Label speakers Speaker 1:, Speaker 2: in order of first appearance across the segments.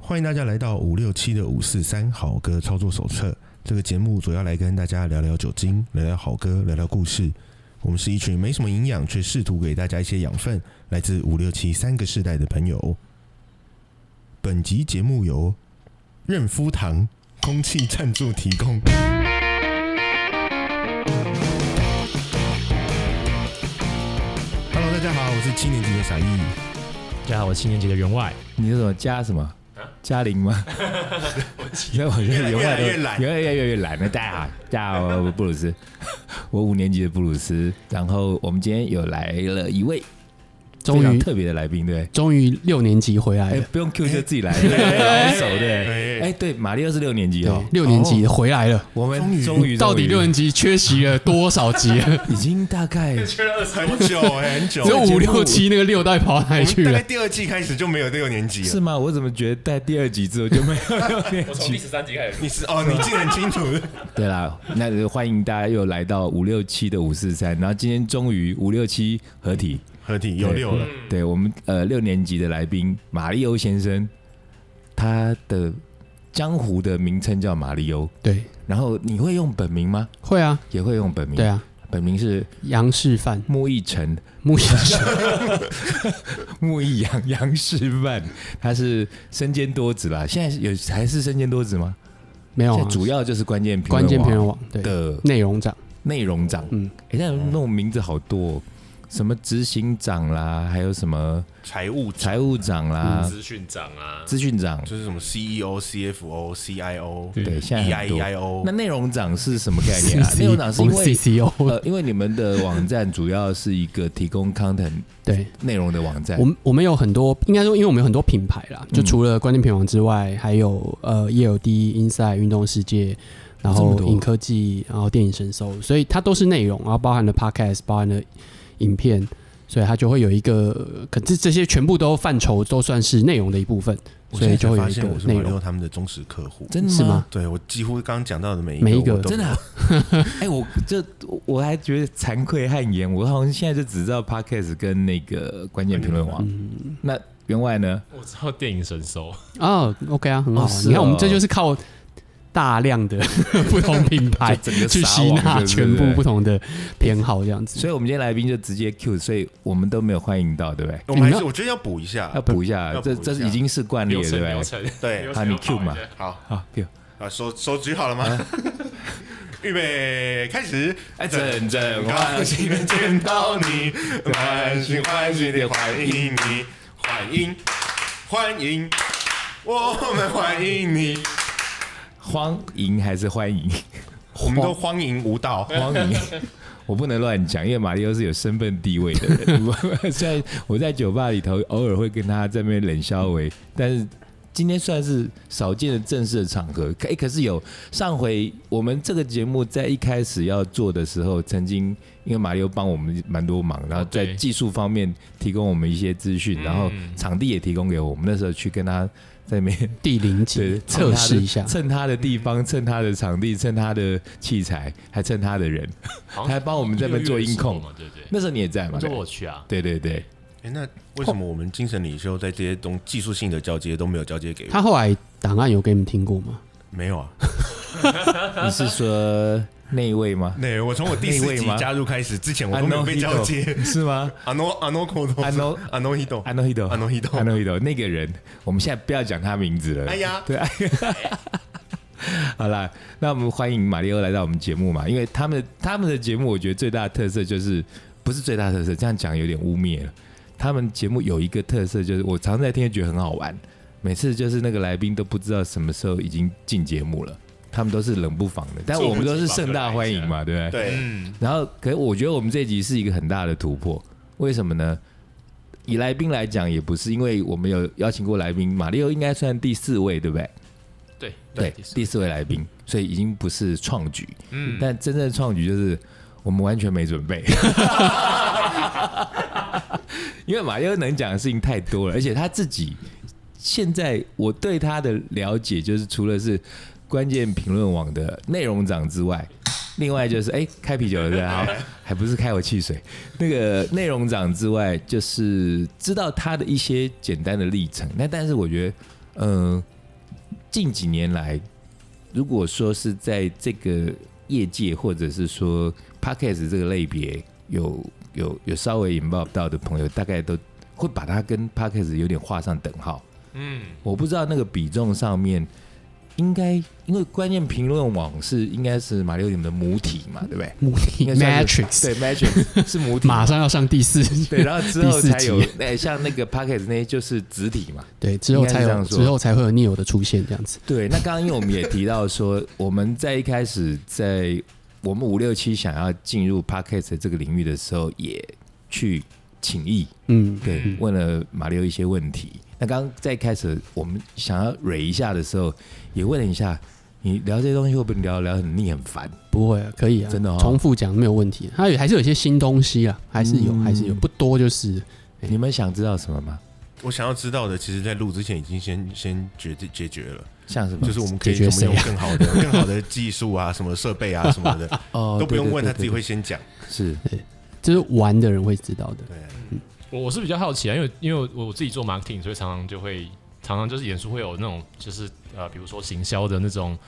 Speaker 1: 欢迎大家来到五六七的五四三好歌操作手册。这个节目主要来跟大家聊聊酒精，聊聊好歌，聊聊故事。我们是一群没什么营养，却试图给大家一些养分，来自五六七三个世代的朋友。本集节目由润肤堂空气赞助提供。Hello，大家好，我是七年级的傻义。
Speaker 2: 大家好，我是七年级的员外。
Speaker 3: 你是什么加什么？加零吗？所以我觉得
Speaker 1: 越
Speaker 3: 永
Speaker 1: 来
Speaker 3: 远都
Speaker 1: 越懒
Speaker 3: 永远越来越懒了。大家好，大家好，我我布鲁斯，我五年级的布鲁斯。然后我们今天有来了一位
Speaker 4: 终
Speaker 3: 非常
Speaker 4: 于
Speaker 3: 特别的来宾，对，
Speaker 4: 终于六年级回来
Speaker 3: 哎
Speaker 4: 了，，
Speaker 3: 不用 Q 就自己来，对很熟对。
Speaker 1: 哎
Speaker 3: 哎，对，马里奥是六年级
Speaker 4: 对
Speaker 3: 哦，，
Speaker 4: 六年级回来了。
Speaker 3: 我们终于
Speaker 4: 到底六
Speaker 3: 终
Speaker 4: 年级缺席了多少集 了？
Speaker 3: 于已经大概
Speaker 1: 很久哎、很 久
Speaker 4: 只有
Speaker 3: 节目
Speaker 4: 五六七那个六代跑到哪里去
Speaker 1: 我们大
Speaker 4: 了
Speaker 1: 概？第二季开始就没有六年级
Speaker 3: 是
Speaker 1: 了。
Speaker 3: 吗？我怎么觉得在第二集之后就没有六年
Speaker 2: 我
Speaker 3: 级？
Speaker 2: 十三集开始。
Speaker 1: 你是哦，你记得很清楚。
Speaker 3: 对啦，那就欢迎大家又来到五六七的五四三，然后今天终于五六七合体，
Speaker 1: 合体有六了，
Speaker 3: 对我们呃六年级的来宾马里欧先生，他的江湖的名称叫马里欧，
Speaker 4: 对，
Speaker 3: 然后你会用本名吗？
Speaker 4: 会啊，
Speaker 3: 也会用本名，
Speaker 4: 对，啊，
Speaker 3: 本名是
Speaker 4: 杨示范、
Speaker 3: 穆义成，
Speaker 4: 木先生，
Speaker 3: 穆义阳杨示范，他是身兼多职啦，现在有还是身兼多职吗？
Speaker 4: 没有
Speaker 3: 现
Speaker 4: 啊
Speaker 3: 在，主要就是关键评论
Speaker 4: 关键评
Speaker 3: 网
Speaker 4: 论网对
Speaker 3: 的
Speaker 4: 内容长，
Speaker 3: 内容长，
Speaker 4: 嗯，？
Speaker 3: 哎、那那种名字好多、哦，什么执行长啦，还有什么
Speaker 1: 财务长
Speaker 3: 财务长啦、
Speaker 2: 资讯长啊，
Speaker 3: 资讯长，
Speaker 1: 就是什么 E CEO、CFO、CIO、
Speaker 3: 对，现在很
Speaker 1: EI、
Speaker 3: 多。
Speaker 1: EIO，
Speaker 3: 那内容长是什么概念啊内容长是因
Speaker 4: 我们
Speaker 3: 为
Speaker 4: CCO，
Speaker 3: 呃，因为你们的网站主要是一个提供 content
Speaker 4: 对，
Speaker 3: 内容的网站
Speaker 4: 我，们我们有很多，应该说，因为我们有很多品牌啦，就除了关键品网之外，还有呃 ELD、Inside 运动世界，然
Speaker 3: 这么
Speaker 4: 后
Speaker 3: 多
Speaker 4: 影科技，然后电影神搜，所以它都是内容，然后包含了 Podcast，包含了影片，所以它就会有一个，可这这些全部都范畴都算是内容的一部分，
Speaker 1: 我现
Speaker 4: 所
Speaker 1: 在
Speaker 4: 以
Speaker 1: 才
Speaker 4: 就会有
Speaker 1: 发
Speaker 4: 一
Speaker 1: 现
Speaker 4: 个
Speaker 1: 我是
Speaker 4: 内
Speaker 1: 马六
Speaker 4: 容，
Speaker 1: 他们的忠实客户。
Speaker 3: 真的
Speaker 4: 是吗？
Speaker 1: 对，我几乎刚刚讲到的每一
Speaker 4: 每一个
Speaker 1: 我都
Speaker 3: 真的啊、 哎、我这我我还觉得惭愧汗颜，我好像现在就只知道 podcast 跟那个关键评论网。
Speaker 4: 嗯
Speaker 3: 那员外呢？
Speaker 2: 我知道电影神搜，
Speaker 4: 哦，OK 啊，很好啊，
Speaker 3: 哦是
Speaker 4: 你看我们
Speaker 3: 哦
Speaker 4: 这就是靠大量的不同品牌
Speaker 3: 就整个
Speaker 4: 去
Speaker 3: 撒
Speaker 4: 吸
Speaker 3: 网
Speaker 4: 纳
Speaker 3: 就是
Speaker 4: 全部
Speaker 3: 对
Speaker 4: 不同的偏好，这样子。
Speaker 3: 所以我们今天来宾就直接 Q，所以我们都没有欢迎到，对不对？
Speaker 1: 我们还
Speaker 4: 你
Speaker 1: 是
Speaker 4: 呢
Speaker 1: 我觉得要补一下
Speaker 3: 要。补一下
Speaker 1: 啊要，补
Speaker 3: 这
Speaker 1: 一下
Speaker 3: 这已经是惯例
Speaker 2: 流
Speaker 3: 了，对
Speaker 2: 程
Speaker 3: 不对？
Speaker 2: 流程，
Speaker 1: 对，
Speaker 3: 好你 cue 嘛
Speaker 1: 好
Speaker 3: 好，Q，
Speaker 1: 啊，手手举好了吗？ 预备，开始！
Speaker 3: 哎真真
Speaker 1: 高兴地见到你，满心欢喜的欢迎你，欢迎，欢迎，我们欢迎你，
Speaker 3: 欢迎还是欢迎？
Speaker 1: 我们都欢迎舞蹈，
Speaker 3: 荒淫，我不能乱讲，因为马里奥是有身份地位的人。我虽然我在酒吧里头偶尔会跟他在那边冷笑为，但是今天算是少见的正式的场合。可、诶可是有上回我们这个节目在一开始要做的时候，曾经因为马里奥帮我们蛮多忙，然后在
Speaker 2: 对
Speaker 3: 技术方面提供我们一些资讯，然后场地也提供给我们。那时候去跟他在那边
Speaker 4: 第零
Speaker 3: 对
Speaker 4: 集，测试一下，
Speaker 3: 蹭嗯他的地方，蹭他的场地，蹭他的器材，还蹭他的人。
Speaker 2: 好
Speaker 3: 他还帮我们这边做音控
Speaker 2: 嘛，对不对？
Speaker 3: 那时候你也在嘛？
Speaker 2: 那就
Speaker 3: 对
Speaker 2: 我去啊，
Speaker 3: 对 对对，
Speaker 1: 哎，那为什么我们精神领袖在这些东技术性的交接都没有交接给我？
Speaker 4: 他后来档案有给你们听过 吗？
Speaker 1: 没有啊，
Speaker 3: 你是说那一位吗？
Speaker 1: 对我从我第
Speaker 3: 那
Speaker 1: 四
Speaker 3: 位
Speaker 1: 集
Speaker 3: 吗
Speaker 1: 加入开始之前，我都没有被交接。
Speaker 3: 是吗？
Speaker 1: 阿诺阿诺口头
Speaker 3: 阿诺
Speaker 1: 阿诺伊斗
Speaker 3: 安诺伊斗，
Speaker 1: 阿诺伊斗
Speaker 3: 安，诺伊斗那个人，我们现在不要讲他名字了。
Speaker 1: 哎呀，
Speaker 3: 对，哎好啦，那我们欢迎马里欧来到我们节目嘛，因为他们他们的节目，我觉得最大的特色就是不是最大的特色，这样讲有点污蔑了。他们节目有一个特色，就是我常在听，觉得很好玩。每次就是那个来宾都不知道什么时候已经进节目了，他们都是冷不防的，但我们都是盛大欢迎嘛，对不对？
Speaker 1: 对，
Speaker 2: 嗯，
Speaker 3: 然后，可是我觉得我们这集是一个很大的突破，为什么呢？以来宾来讲也不是，因为我们有邀请过来宾，马里奥应该算第四位，对不对？
Speaker 2: 对
Speaker 3: 对，第四位来宾，所以已经不是创举，
Speaker 2: 嗯，
Speaker 3: 但真正的创举就是我们完全没准 备，因为马里奥能讲的事情太多了，而且他自己现在我对他的了解就是，除了是关键评论网的内容长之外，另外就是哎、开啤酒了对 吧？好还不是开我汽水。那个内容长之外，就是知道他的一些简单的历程。那但是我觉得，嗯、近几年来，如果说是在这个业界或者是说 podcast 这个类别有有有稍微 involve 到的朋友，大概都会把它跟 podcast 有点画上等号。
Speaker 2: 嗯，
Speaker 3: 我不知道那个比重上面，应该因为观念评论网是应该是马六你们的母体嘛，对不对？
Speaker 4: 母体
Speaker 3: 应该算是
Speaker 4: Matrix，
Speaker 3: 对 Magic 是母体嘛，
Speaker 4: 马上要上第四，
Speaker 3: 对，然后之后
Speaker 4: 第四
Speaker 3: 才有
Speaker 4: 集
Speaker 3: 哎、像那个 Pocket 那些就是子体嘛。
Speaker 4: 对，之后才
Speaker 3: 应该是这
Speaker 4: 有
Speaker 3: 样说
Speaker 4: 之后才会有 Neo 的出现这样子。
Speaker 3: 对，那刚刚因为我们也提到说，我们在一开始在我们五六七想要进入 Pocket 这个领域的时候，也去请益，
Speaker 4: 嗯，
Speaker 3: 对，问了马六一些问题。那刚刚在一开始我们想要蕊一下的时候，也问了一下，你聊这些东西会不会聊聊很腻很烦？
Speaker 4: 不会啊，可以啊，
Speaker 3: 真的哦
Speaker 4: 重复讲没有问题。它有还是有一些新东西啊，还是有，
Speaker 3: 嗯
Speaker 4: 还是有，不多就是
Speaker 3: 你们想知道什么吗？
Speaker 1: 我想要知道的，其实在录之前已经先先决定解决了，
Speaker 3: 像什么？
Speaker 1: 就是我们可以
Speaker 4: 解决
Speaker 1: 怎么
Speaker 4: 谁啊
Speaker 1: 用更好的、更好的技术啊、什么设备啊什么的，
Speaker 3: 哦
Speaker 1: 都不用问，他自己。
Speaker 3: 对对对对
Speaker 1: 会先讲。
Speaker 3: 是
Speaker 4: 就是玩的人会知道的。
Speaker 1: 对，
Speaker 2: 我我是比较好奇啊，因为因为我我自己做 marketing，所以常常就会常常就是演出会有那种就是呃，比如说行销的那种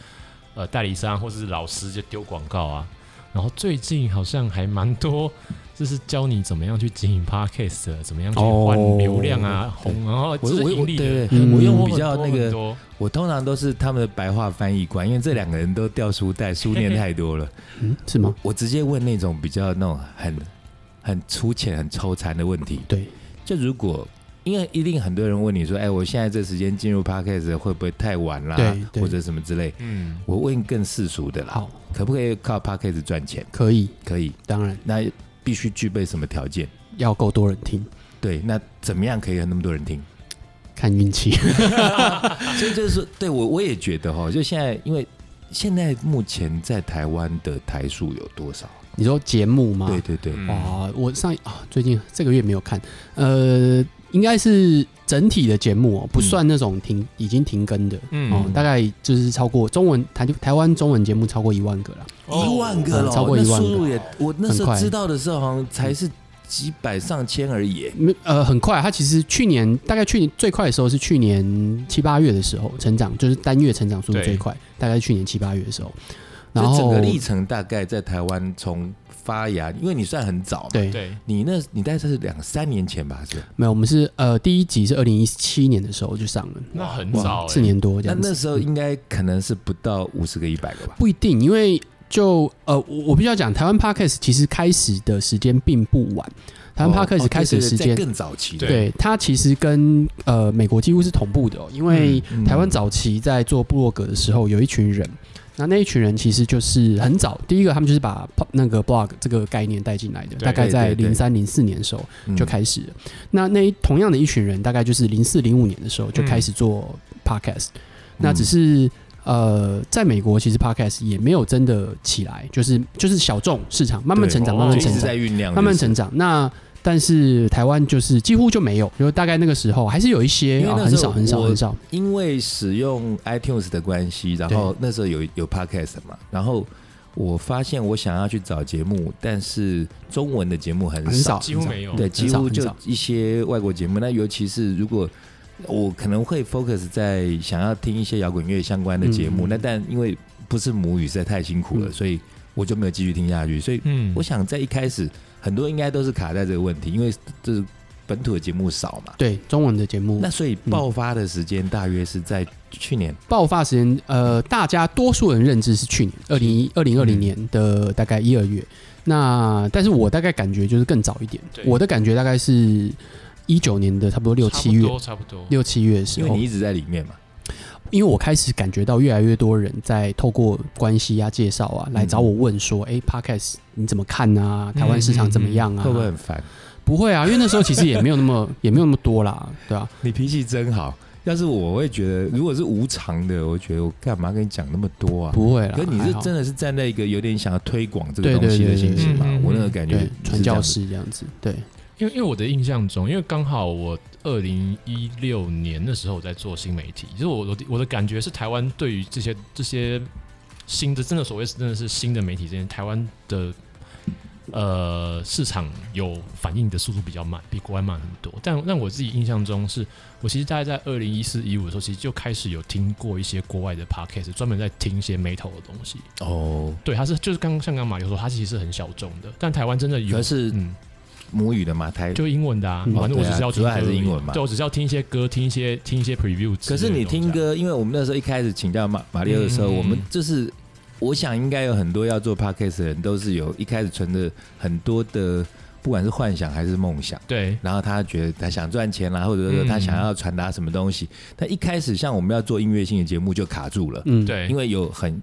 Speaker 2: 呃代理商或者是老师就丢广告啊，然后最近好像还蛮多。就是教你怎么样去经营 podcast，的怎么样去换流量啊、
Speaker 3: 对
Speaker 2: 红，然后
Speaker 3: 哦我
Speaker 2: 这是
Speaker 3: 我
Speaker 2: 盈利的。
Speaker 3: 对对
Speaker 4: 嗯
Speaker 3: 我
Speaker 2: 因为
Speaker 3: 用
Speaker 2: 我
Speaker 3: 比较那
Speaker 2: 很
Speaker 3: 个，
Speaker 2: 多
Speaker 3: 我通常都是他们的白话翻译官，因为这两个人都掉书袋，书念太多了。
Speaker 4: 嗯，是吗？
Speaker 3: 我直接问那种比较那种很很粗浅、很抽残的问题。
Speaker 4: 对，
Speaker 3: 就如果因为一定很多人问你说，哎，我现在这时间进入 podcast 会不会太晚啦
Speaker 4: 对？对
Speaker 3: 或者什么之类。
Speaker 2: 嗯，
Speaker 3: 我问更世俗的啦，
Speaker 4: 好，
Speaker 3: 可不可以靠 podcast 赚钱？
Speaker 4: 可以，
Speaker 3: 可以，
Speaker 4: 当然
Speaker 3: 那必须具备什么条件？
Speaker 4: 要够多人听，
Speaker 3: 对，那怎么样可以有那么多人 听？
Speaker 4: 看运气。
Speaker 3: 所以就是说，对我我也觉得哈，就现在，因为现在目前在台湾的台数有多少？
Speaker 4: 你说节目吗？
Speaker 3: 对对对，
Speaker 2: 嗯
Speaker 4: 哇，我上一啊，最近这个月没有看，呃，应该是整体的节目、哦，不
Speaker 3: 嗯
Speaker 4: 算那种停、已经停更的。
Speaker 2: 嗯
Speaker 4: 哦，大概就是超过中文台台湾中文节目超过一万个了，
Speaker 2: 哦
Speaker 3: 一万个了，
Speaker 4: 嗯超过一万个
Speaker 3: 那输入也，我那时
Speaker 4: 很
Speaker 3: 候
Speaker 4: 快
Speaker 3: 知道的时候好像才是几百上千而已。
Speaker 4: 没呃很快，它其实去年大概去年最快的时候是去年七八月的时候，成长就是单月成长速度
Speaker 2: 对
Speaker 4: 最快，大概是去年七八月的时候，
Speaker 3: 这
Speaker 4: 嗯然后
Speaker 3: 整个历程大概在台湾从发芽，因为你算很早嘛，
Speaker 4: 对
Speaker 2: 对，
Speaker 3: 你那你大概是两三年前吧，是吧？
Speaker 4: 没有，我们是呃第一集是二零一七年的时候就上了，
Speaker 2: 那很
Speaker 3: 哇
Speaker 2: 早、欸，
Speaker 4: 四年多这
Speaker 3: 那
Speaker 4: 样子。嗯
Speaker 3: 那时候应该可能是不到五十个、一百个吧。
Speaker 4: 不一定，因为就呃，我我必须要讲，台湾 podcast 其实开始的时间并不晚，台湾
Speaker 3: 哦
Speaker 4: podcast
Speaker 3: 哦
Speaker 4: 开始的
Speaker 3: 对对对
Speaker 4: 时间、
Speaker 3: 在更早期的，
Speaker 4: 对它其实跟呃美国几乎是同步的、哦，因为
Speaker 3: 嗯嗯
Speaker 4: 台湾早期在做部落格的时候，有一群人，那那一群人其实就是很早，第一个他们就是把 po- 那个 blog 这个概念带进来的，
Speaker 2: 对
Speaker 4: 大概在
Speaker 3: 对对对
Speaker 4: 零三零四年的时候
Speaker 3: 嗯
Speaker 4: 就开始了。那那一同样的一群人，大概就是零四零五年的时候就开始做 podcast，、那
Speaker 3: 嗯
Speaker 4: 只是。呃，在美国其实 podcast 也没有真的起来，就是就是小众市场慢慢
Speaker 3: 对
Speaker 4: 成长，
Speaker 2: 哦
Speaker 4: 慢慢
Speaker 3: 就一
Speaker 4: 成
Speaker 3: 直
Speaker 4: 长，
Speaker 3: 在酝酿，
Speaker 4: 慢慢
Speaker 3: 就是
Speaker 4: 成长。那但是台湾就是几乎就没有，就大概那个时候还是有一些
Speaker 3: 因为
Speaker 4: 啊、
Speaker 3: 那
Speaker 4: 很
Speaker 3: 时
Speaker 4: 少
Speaker 3: 候
Speaker 4: 很少
Speaker 3: 我
Speaker 4: 很少。
Speaker 3: 因为使用 iTunes 的关系，然后那时候有有 podcast 嘛，然后我发现我想要去找节目，但是中文的节目很
Speaker 4: 很
Speaker 3: 少，
Speaker 4: 少
Speaker 2: 几乎没有。
Speaker 3: 对，
Speaker 4: 哦很
Speaker 3: 几
Speaker 4: 少
Speaker 3: 乎
Speaker 4: 很
Speaker 3: 就
Speaker 4: 少
Speaker 3: 一些外国节目。那尤其是如果我可能会 focus 在想要听一些摇滚乐相关的节目，
Speaker 4: 嗯
Speaker 3: 那但因为不是母语，实在太辛苦了，
Speaker 4: 嗯
Speaker 3: 所以我就没有继续听下去。所以
Speaker 2: 嗯
Speaker 3: 我想在一开始，很多应该都是卡在这个问题，因为这是本土的节目少嘛。
Speaker 4: 对中文的节目，
Speaker 3: 那所以爆发的时间大约是在去年，
Speaker 4: 爆发时间，呃，大家多数人认知是去年二零一二零二零年的大概一二月。那但是我大概感觉就是更早一点，
Speaker 2: 对
Speaker 4: 我的感觉大概是一九年的差不多六七月
Speaker 2: 差不。多差不多。
Speaker 4: 六七月的时
Speaker 3: 因
Speaker 4: 候，
Speaker 3: 为
Speaker 4: 因
Speaker 3: 你
Speaker 4: 为
Speaker 3: 一直在里面嘛。
Speaker 4: 我开始感觉到越来越多人在透过关系啊、介绍啊来找我问说：“哎、p o d c a s t 你怎么看啊？台湾市场怎么样啊？
Speaker 3: 嗯会不会很烦？
Speaker 4: 不会啊，因为那时候其实也没有那么也没有那么多啦，对啊，
Speaker 3: 你脾气真好。要是我会觉得，如果是无偿的，我觉得我干嘛跟你讲那么多啊？
Speaker 4: 不会啦。
Speaker 3: 可你是
Speaker 4: 还好
Speaker 3: 真的是站在一个有点想要推广这
Speaker 4: 对
Speaker 3: 个
Speaker 4: 对
Speaker 3: 东西
Speaker 4: 对嗯
Speaker 3: 的心情嘛
Speaker 2: 对对？对
Speaker 3: 我那个感觉
Speaker 4: 对
Speaker 3: 是这
Speaker 4: 传教
Speaker 3: 样子，
Speaker 4: 士这样子，对，
Speaker 2: 因为因为我的印象中，因为刚好我二零一六年的时候我在做新媒体，其实我我的我的感觉是台湾对于这些这些新的真的所谓是真的是新的媒体之间，台湾的呃市场有反应的速度比较慢，比国外慢很多。但但我自己印象中是，我其实大概在二零一四一五的时候，其实就开始有听过一些国外的 podcast，专门在听一些 metal 的东西。
Speaker 3: 哦，
Speaker 2: 对，它是就是刚像刚刚马里说，它其实是很小众的，但台湾真的有
Speaker 3: 可是
Speaker 2: 嗯，
Speaker 3: 母语的嘛，台。
Speaker 2: 就英文的啊，
Speaker 4: 嗯
Speaker 2: 反正我
Speaker 3: 哦对啊
Speaker 2: 只是要听
Speaker 3: 主要还是
Speaker 2: 歌而已
Speaker 3: 英文嘛
Speaker 2: 对，我只是要听一些歌，听一些听一些 preview 之类的东西
Speaker 3: 可
Speaker 2: 啊。
Speaker 3: 是你听歌，因为我们那时候一开始请到马马里奥的时候，
Speaker 2: 嗯嗯嗯
Speaker 3: 我们就是我想应该有很多要做 podcast 的人，都是有一开始存着很多的，不管是幻想还是梦想。
Speaker 2: 对，
Speaker 3: 然后他觉得他想赚钱啊啦，或者说
Speaker 2: 嗯
Speaker 3: 他想要传达什么东西，但一开始像我们要做音乐性的节目就卡住了，
Speaker 4: 嗯，
Speaker 2: 对，
Speaker 3: 因为有很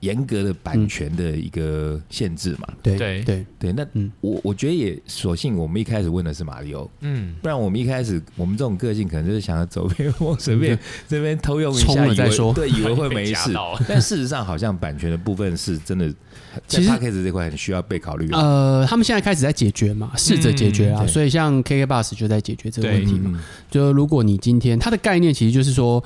Speaker 3: 严格的版权的一个限制嘛。
Speaker 4: 对
Speaker 2: 对
Speaker 4: 对，
Speaker 3: 对，那
Speaker 4: 嗯
Speaker 3: 我我觉得也索性我们一开始问的是马里奥，
Speaker 2: 嗯，
Speaker 3: 不然我们一开始我们这种个性可能就是想要走边风，随 便这边偷用一
Speaker 4: 嗯冲
Speaker 3: 下，
Speaker 4: 了
Speaker 3: 以
Speaker 4: 再
Speaker 3: 为
Speaker 4: 说
Speaker 3: 对，以为会
Speaker 2: 被
Speaker 3: 没
Speaker 2: 夹
Speaker 3: 事，
Speaker 2: 到
Speaker 3: 但事实上好像版权的部分是真的，在
Speaker 4: 其实
Speaker 3: p a c k a g e 这块很需要被考虑啊。
Speaker 4: 呃，他们现在开始在解决嘛，试着解决啊，
Speaker 3: 对
Speaker 4: 所以像 KK Bus 就在解决这个问
Speaker 2: 对
Speaker 4: 题嘛。
Speaker 3: 嗯，
Speaker 4: 就如果你今天它的概念其实就是说，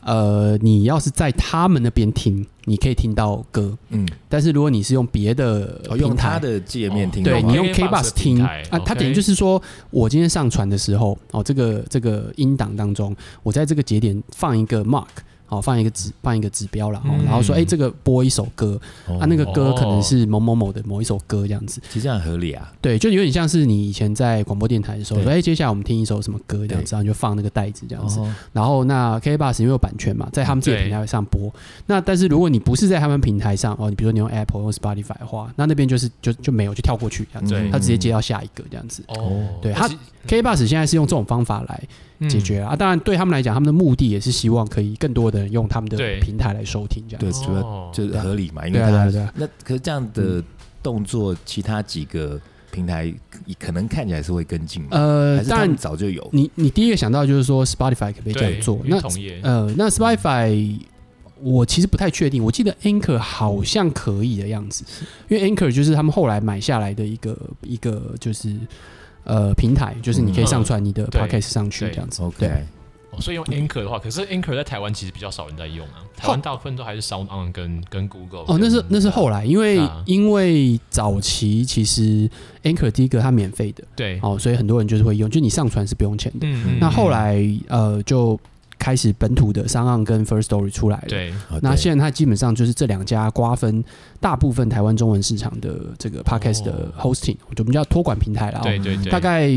Speaker 4: 呃，你要是在他们那边听，你可以听到歌，
Speaker 3: 嗯，
Speaker 4: 但是如果你是用别的
Speaker 3: 哦
Speaker 4: 平台，
Speaker 3: 用它的啊界面听
Speaker 4: 哦对
Speaker 3: 的
Speaker 4: 你
Speaker 3: 话，
Speaker 4: 用
Speaker 2: KK
Speaker 4: K
Speaker 2: Bus
Speaker 4: Bus
Speaker 2: 的平
Speaker 4: 听
Speaker 2: 台
Speaker 4: 啊，它
Speaker 2: OK
Speaker 4: 等于就是说我今天上传的时候，哦，这个这个音档当中，我在这个节点放一个 mark。哦，放一个指放一个指标啦，哦
Speaker 2: 嗯
Speaker 4: 然后说，哎、这个播一首歌，
Speaker 3: 哦
Speaker 4: 啊，那个歌可能
Speaker 2: 哦
Speaker 4: 是某某某的某一首歌这样子，
Speaker 3: 其实这样合理啊。
Speaker 4: 对，就有点像是你以前在广播电台的时候，
Speaker 3: 对
Speaker 4: 说，哎、接下来我们听一首什么歌这样子，然后你就放那个袋子这样子，
Speaker 3: 哦
Speaker 4: 然后那 K Bus 因为有版权嘛，在他们自己的平台上播。那但是如果你不是在他们平台上哦，你比如说你用 Apple 用 Spotify 的话，那那边就是就就没有，就跳过去
Speaker 3: 嗯
Speaker 4: 这样子，
Speaker 2: 对
Speaker 4: 他直接接到下一个这样子。
Speaker 2: 哦，
Speaker 4: 对
Speaker 2: 那
Speaker 4: 它
Speaker 2: 其实嗯
Speaker 4: K Bus 现在是用这种方法来解决啊，当然对他们来讲，他们的目的也是希望可以更多的人用他们的
Speaker 2: 对
Speaker 4: 平台来收听这样
Speaker 3: 对，
Speaker 4: 子。
Speaker 3: 主要
Speaker 2: 哦
Speaker 3: 就是合理嘛，因为
Speaker 4: 对啊，对啊，
Speaker 3: 它
Speaker 4: 对啊，
Speaker 3: 那可是这样的动作，其他几个平台可能看起来是会跟进嘛，还
Speaker 4: 呃，
Speaker 3: 是
Speaker 4: 当
Speaker 3: 他们
Speaker 4: 然
Speaker 3: 早就有？
Speaker 4: 你你第一个想到就是说 Spotify 可不可以这
Speaker 2: 对
Speaker 4: 样做？
Speaker 2: 因为
Speaker 4: 那
Speaker 2: 同业
Speaker 4: 呃，那 Spotify 我其实不太确定，我记得 Anchor 好像可以的样子，因为 Anchor 就是他们后来买下来的一个一个就是呃平台，就是你可以上传你的
Speaker 2: 嗯对
Speaker 4: podcast 上去这样子。对
Speaker 3: OK，
Speaker 2: 哦所以用
Speaker 4: 嗯
Speaker 2: Anchor 的话，可是 Anchor 在台湾其实比较少人在用啊，台湾大部分都还是 Sound On 跟跟 Google 嗯
Speaker 4: 哦，那是那是后来，因为、
Speaker 2: 啊
Speaker 4: 因为早期其实 Anchor 第一个它免费的
Speaker 2: 对，
Speaker 4: 哦，所以很多人就是会用，就你上传是不用钱的。
Speaker 2: 嗯
Speaker 4: 那后来呃就开始本土的商岸跟 First Story 出来了，
Speaker 2: 对
Speaker 3: 好
Speaker 4: 那
Speaker 3: 啊对
Speaker 4: 现在它基本上就是这两家瓜分大部分台湾中文市场的这
Speaker 3: 哦
Speaker 4: 个 podcast 的 hosting，、我们叫托管平台啦、
Speaker 2: 对
Speaker 4: 哦，
Speaker 2: 对对，
Speaker 4: 大概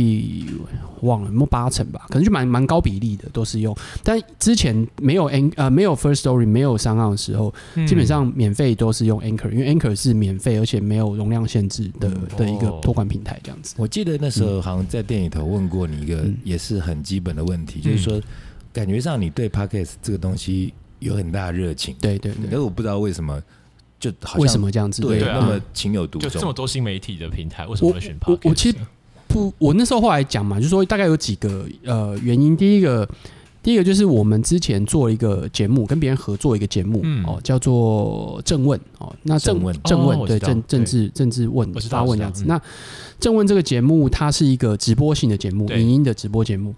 Speaker 4: 忘了有没有八成吧，可能就蛮蛮高比例的都是用。但之前没有 an 呃没有 first story 没有上岸的时候，
Speaker 2: 嗯
Speaker 4: 基本上免费都是用 anchor，因为 anchor 是免费而且没有容量限制的
Speaker 3: 嗯
Speaker 4: 的一个
Speaker 2: 哦
Speaker 4: 托管平台这样子。
Speaker 3: 我记得那时候好像在店里头问过你一个
Speaker 4: 嗯
Speaker 3: 也是很基本的问题，就是说感觉上你对 podcast 这个东西有很大的热情，
Speaker 4: 对对
Speaker 3: 可
Speaker 4: 对，
Speaker 3: 是我不知道为什么，就好像
Speaker 4: 为什么这样子？嗯
Speaker 3: 对
Speaker 2: 对啊
Speaker 3: 那么情有独
Speaker 2: 就这
Speaker 3: 钟
Speaker 2: 么？多新媒体的平台，为什么会选
Speaker 4: 我
Speaker 2: Podcast？
Speaker 4: 我其实不，我那时候后来讲嘛，就说大概有几个呃原因。第一个，第一个就是我们之前做一个节目，跟别人合作一个节目，
Speaker 2: 嗯
Speaker 4: 哦，叫做政问哦。那政
Speaker 3: 政问
Speaker 4: 政问、
Speaker 2: 哦我
Speaker 4: 对
Speaker 2: 知道
Speaker 4: 政政
Speaker 2: 对
Speaker 4: 治政治问
Speaker 2: 我知道
Speaker 4: 发
Speaker 2: 我
Speaker 4: 问这
Speaker 2: 知道
Speaker 4: 样子。
Speaker 2: 嗯
Speaker 4: 那政问这个节目，它是一个直播性的节目，
Speaker 2: 对
Speaker 4: 影音的直播节目。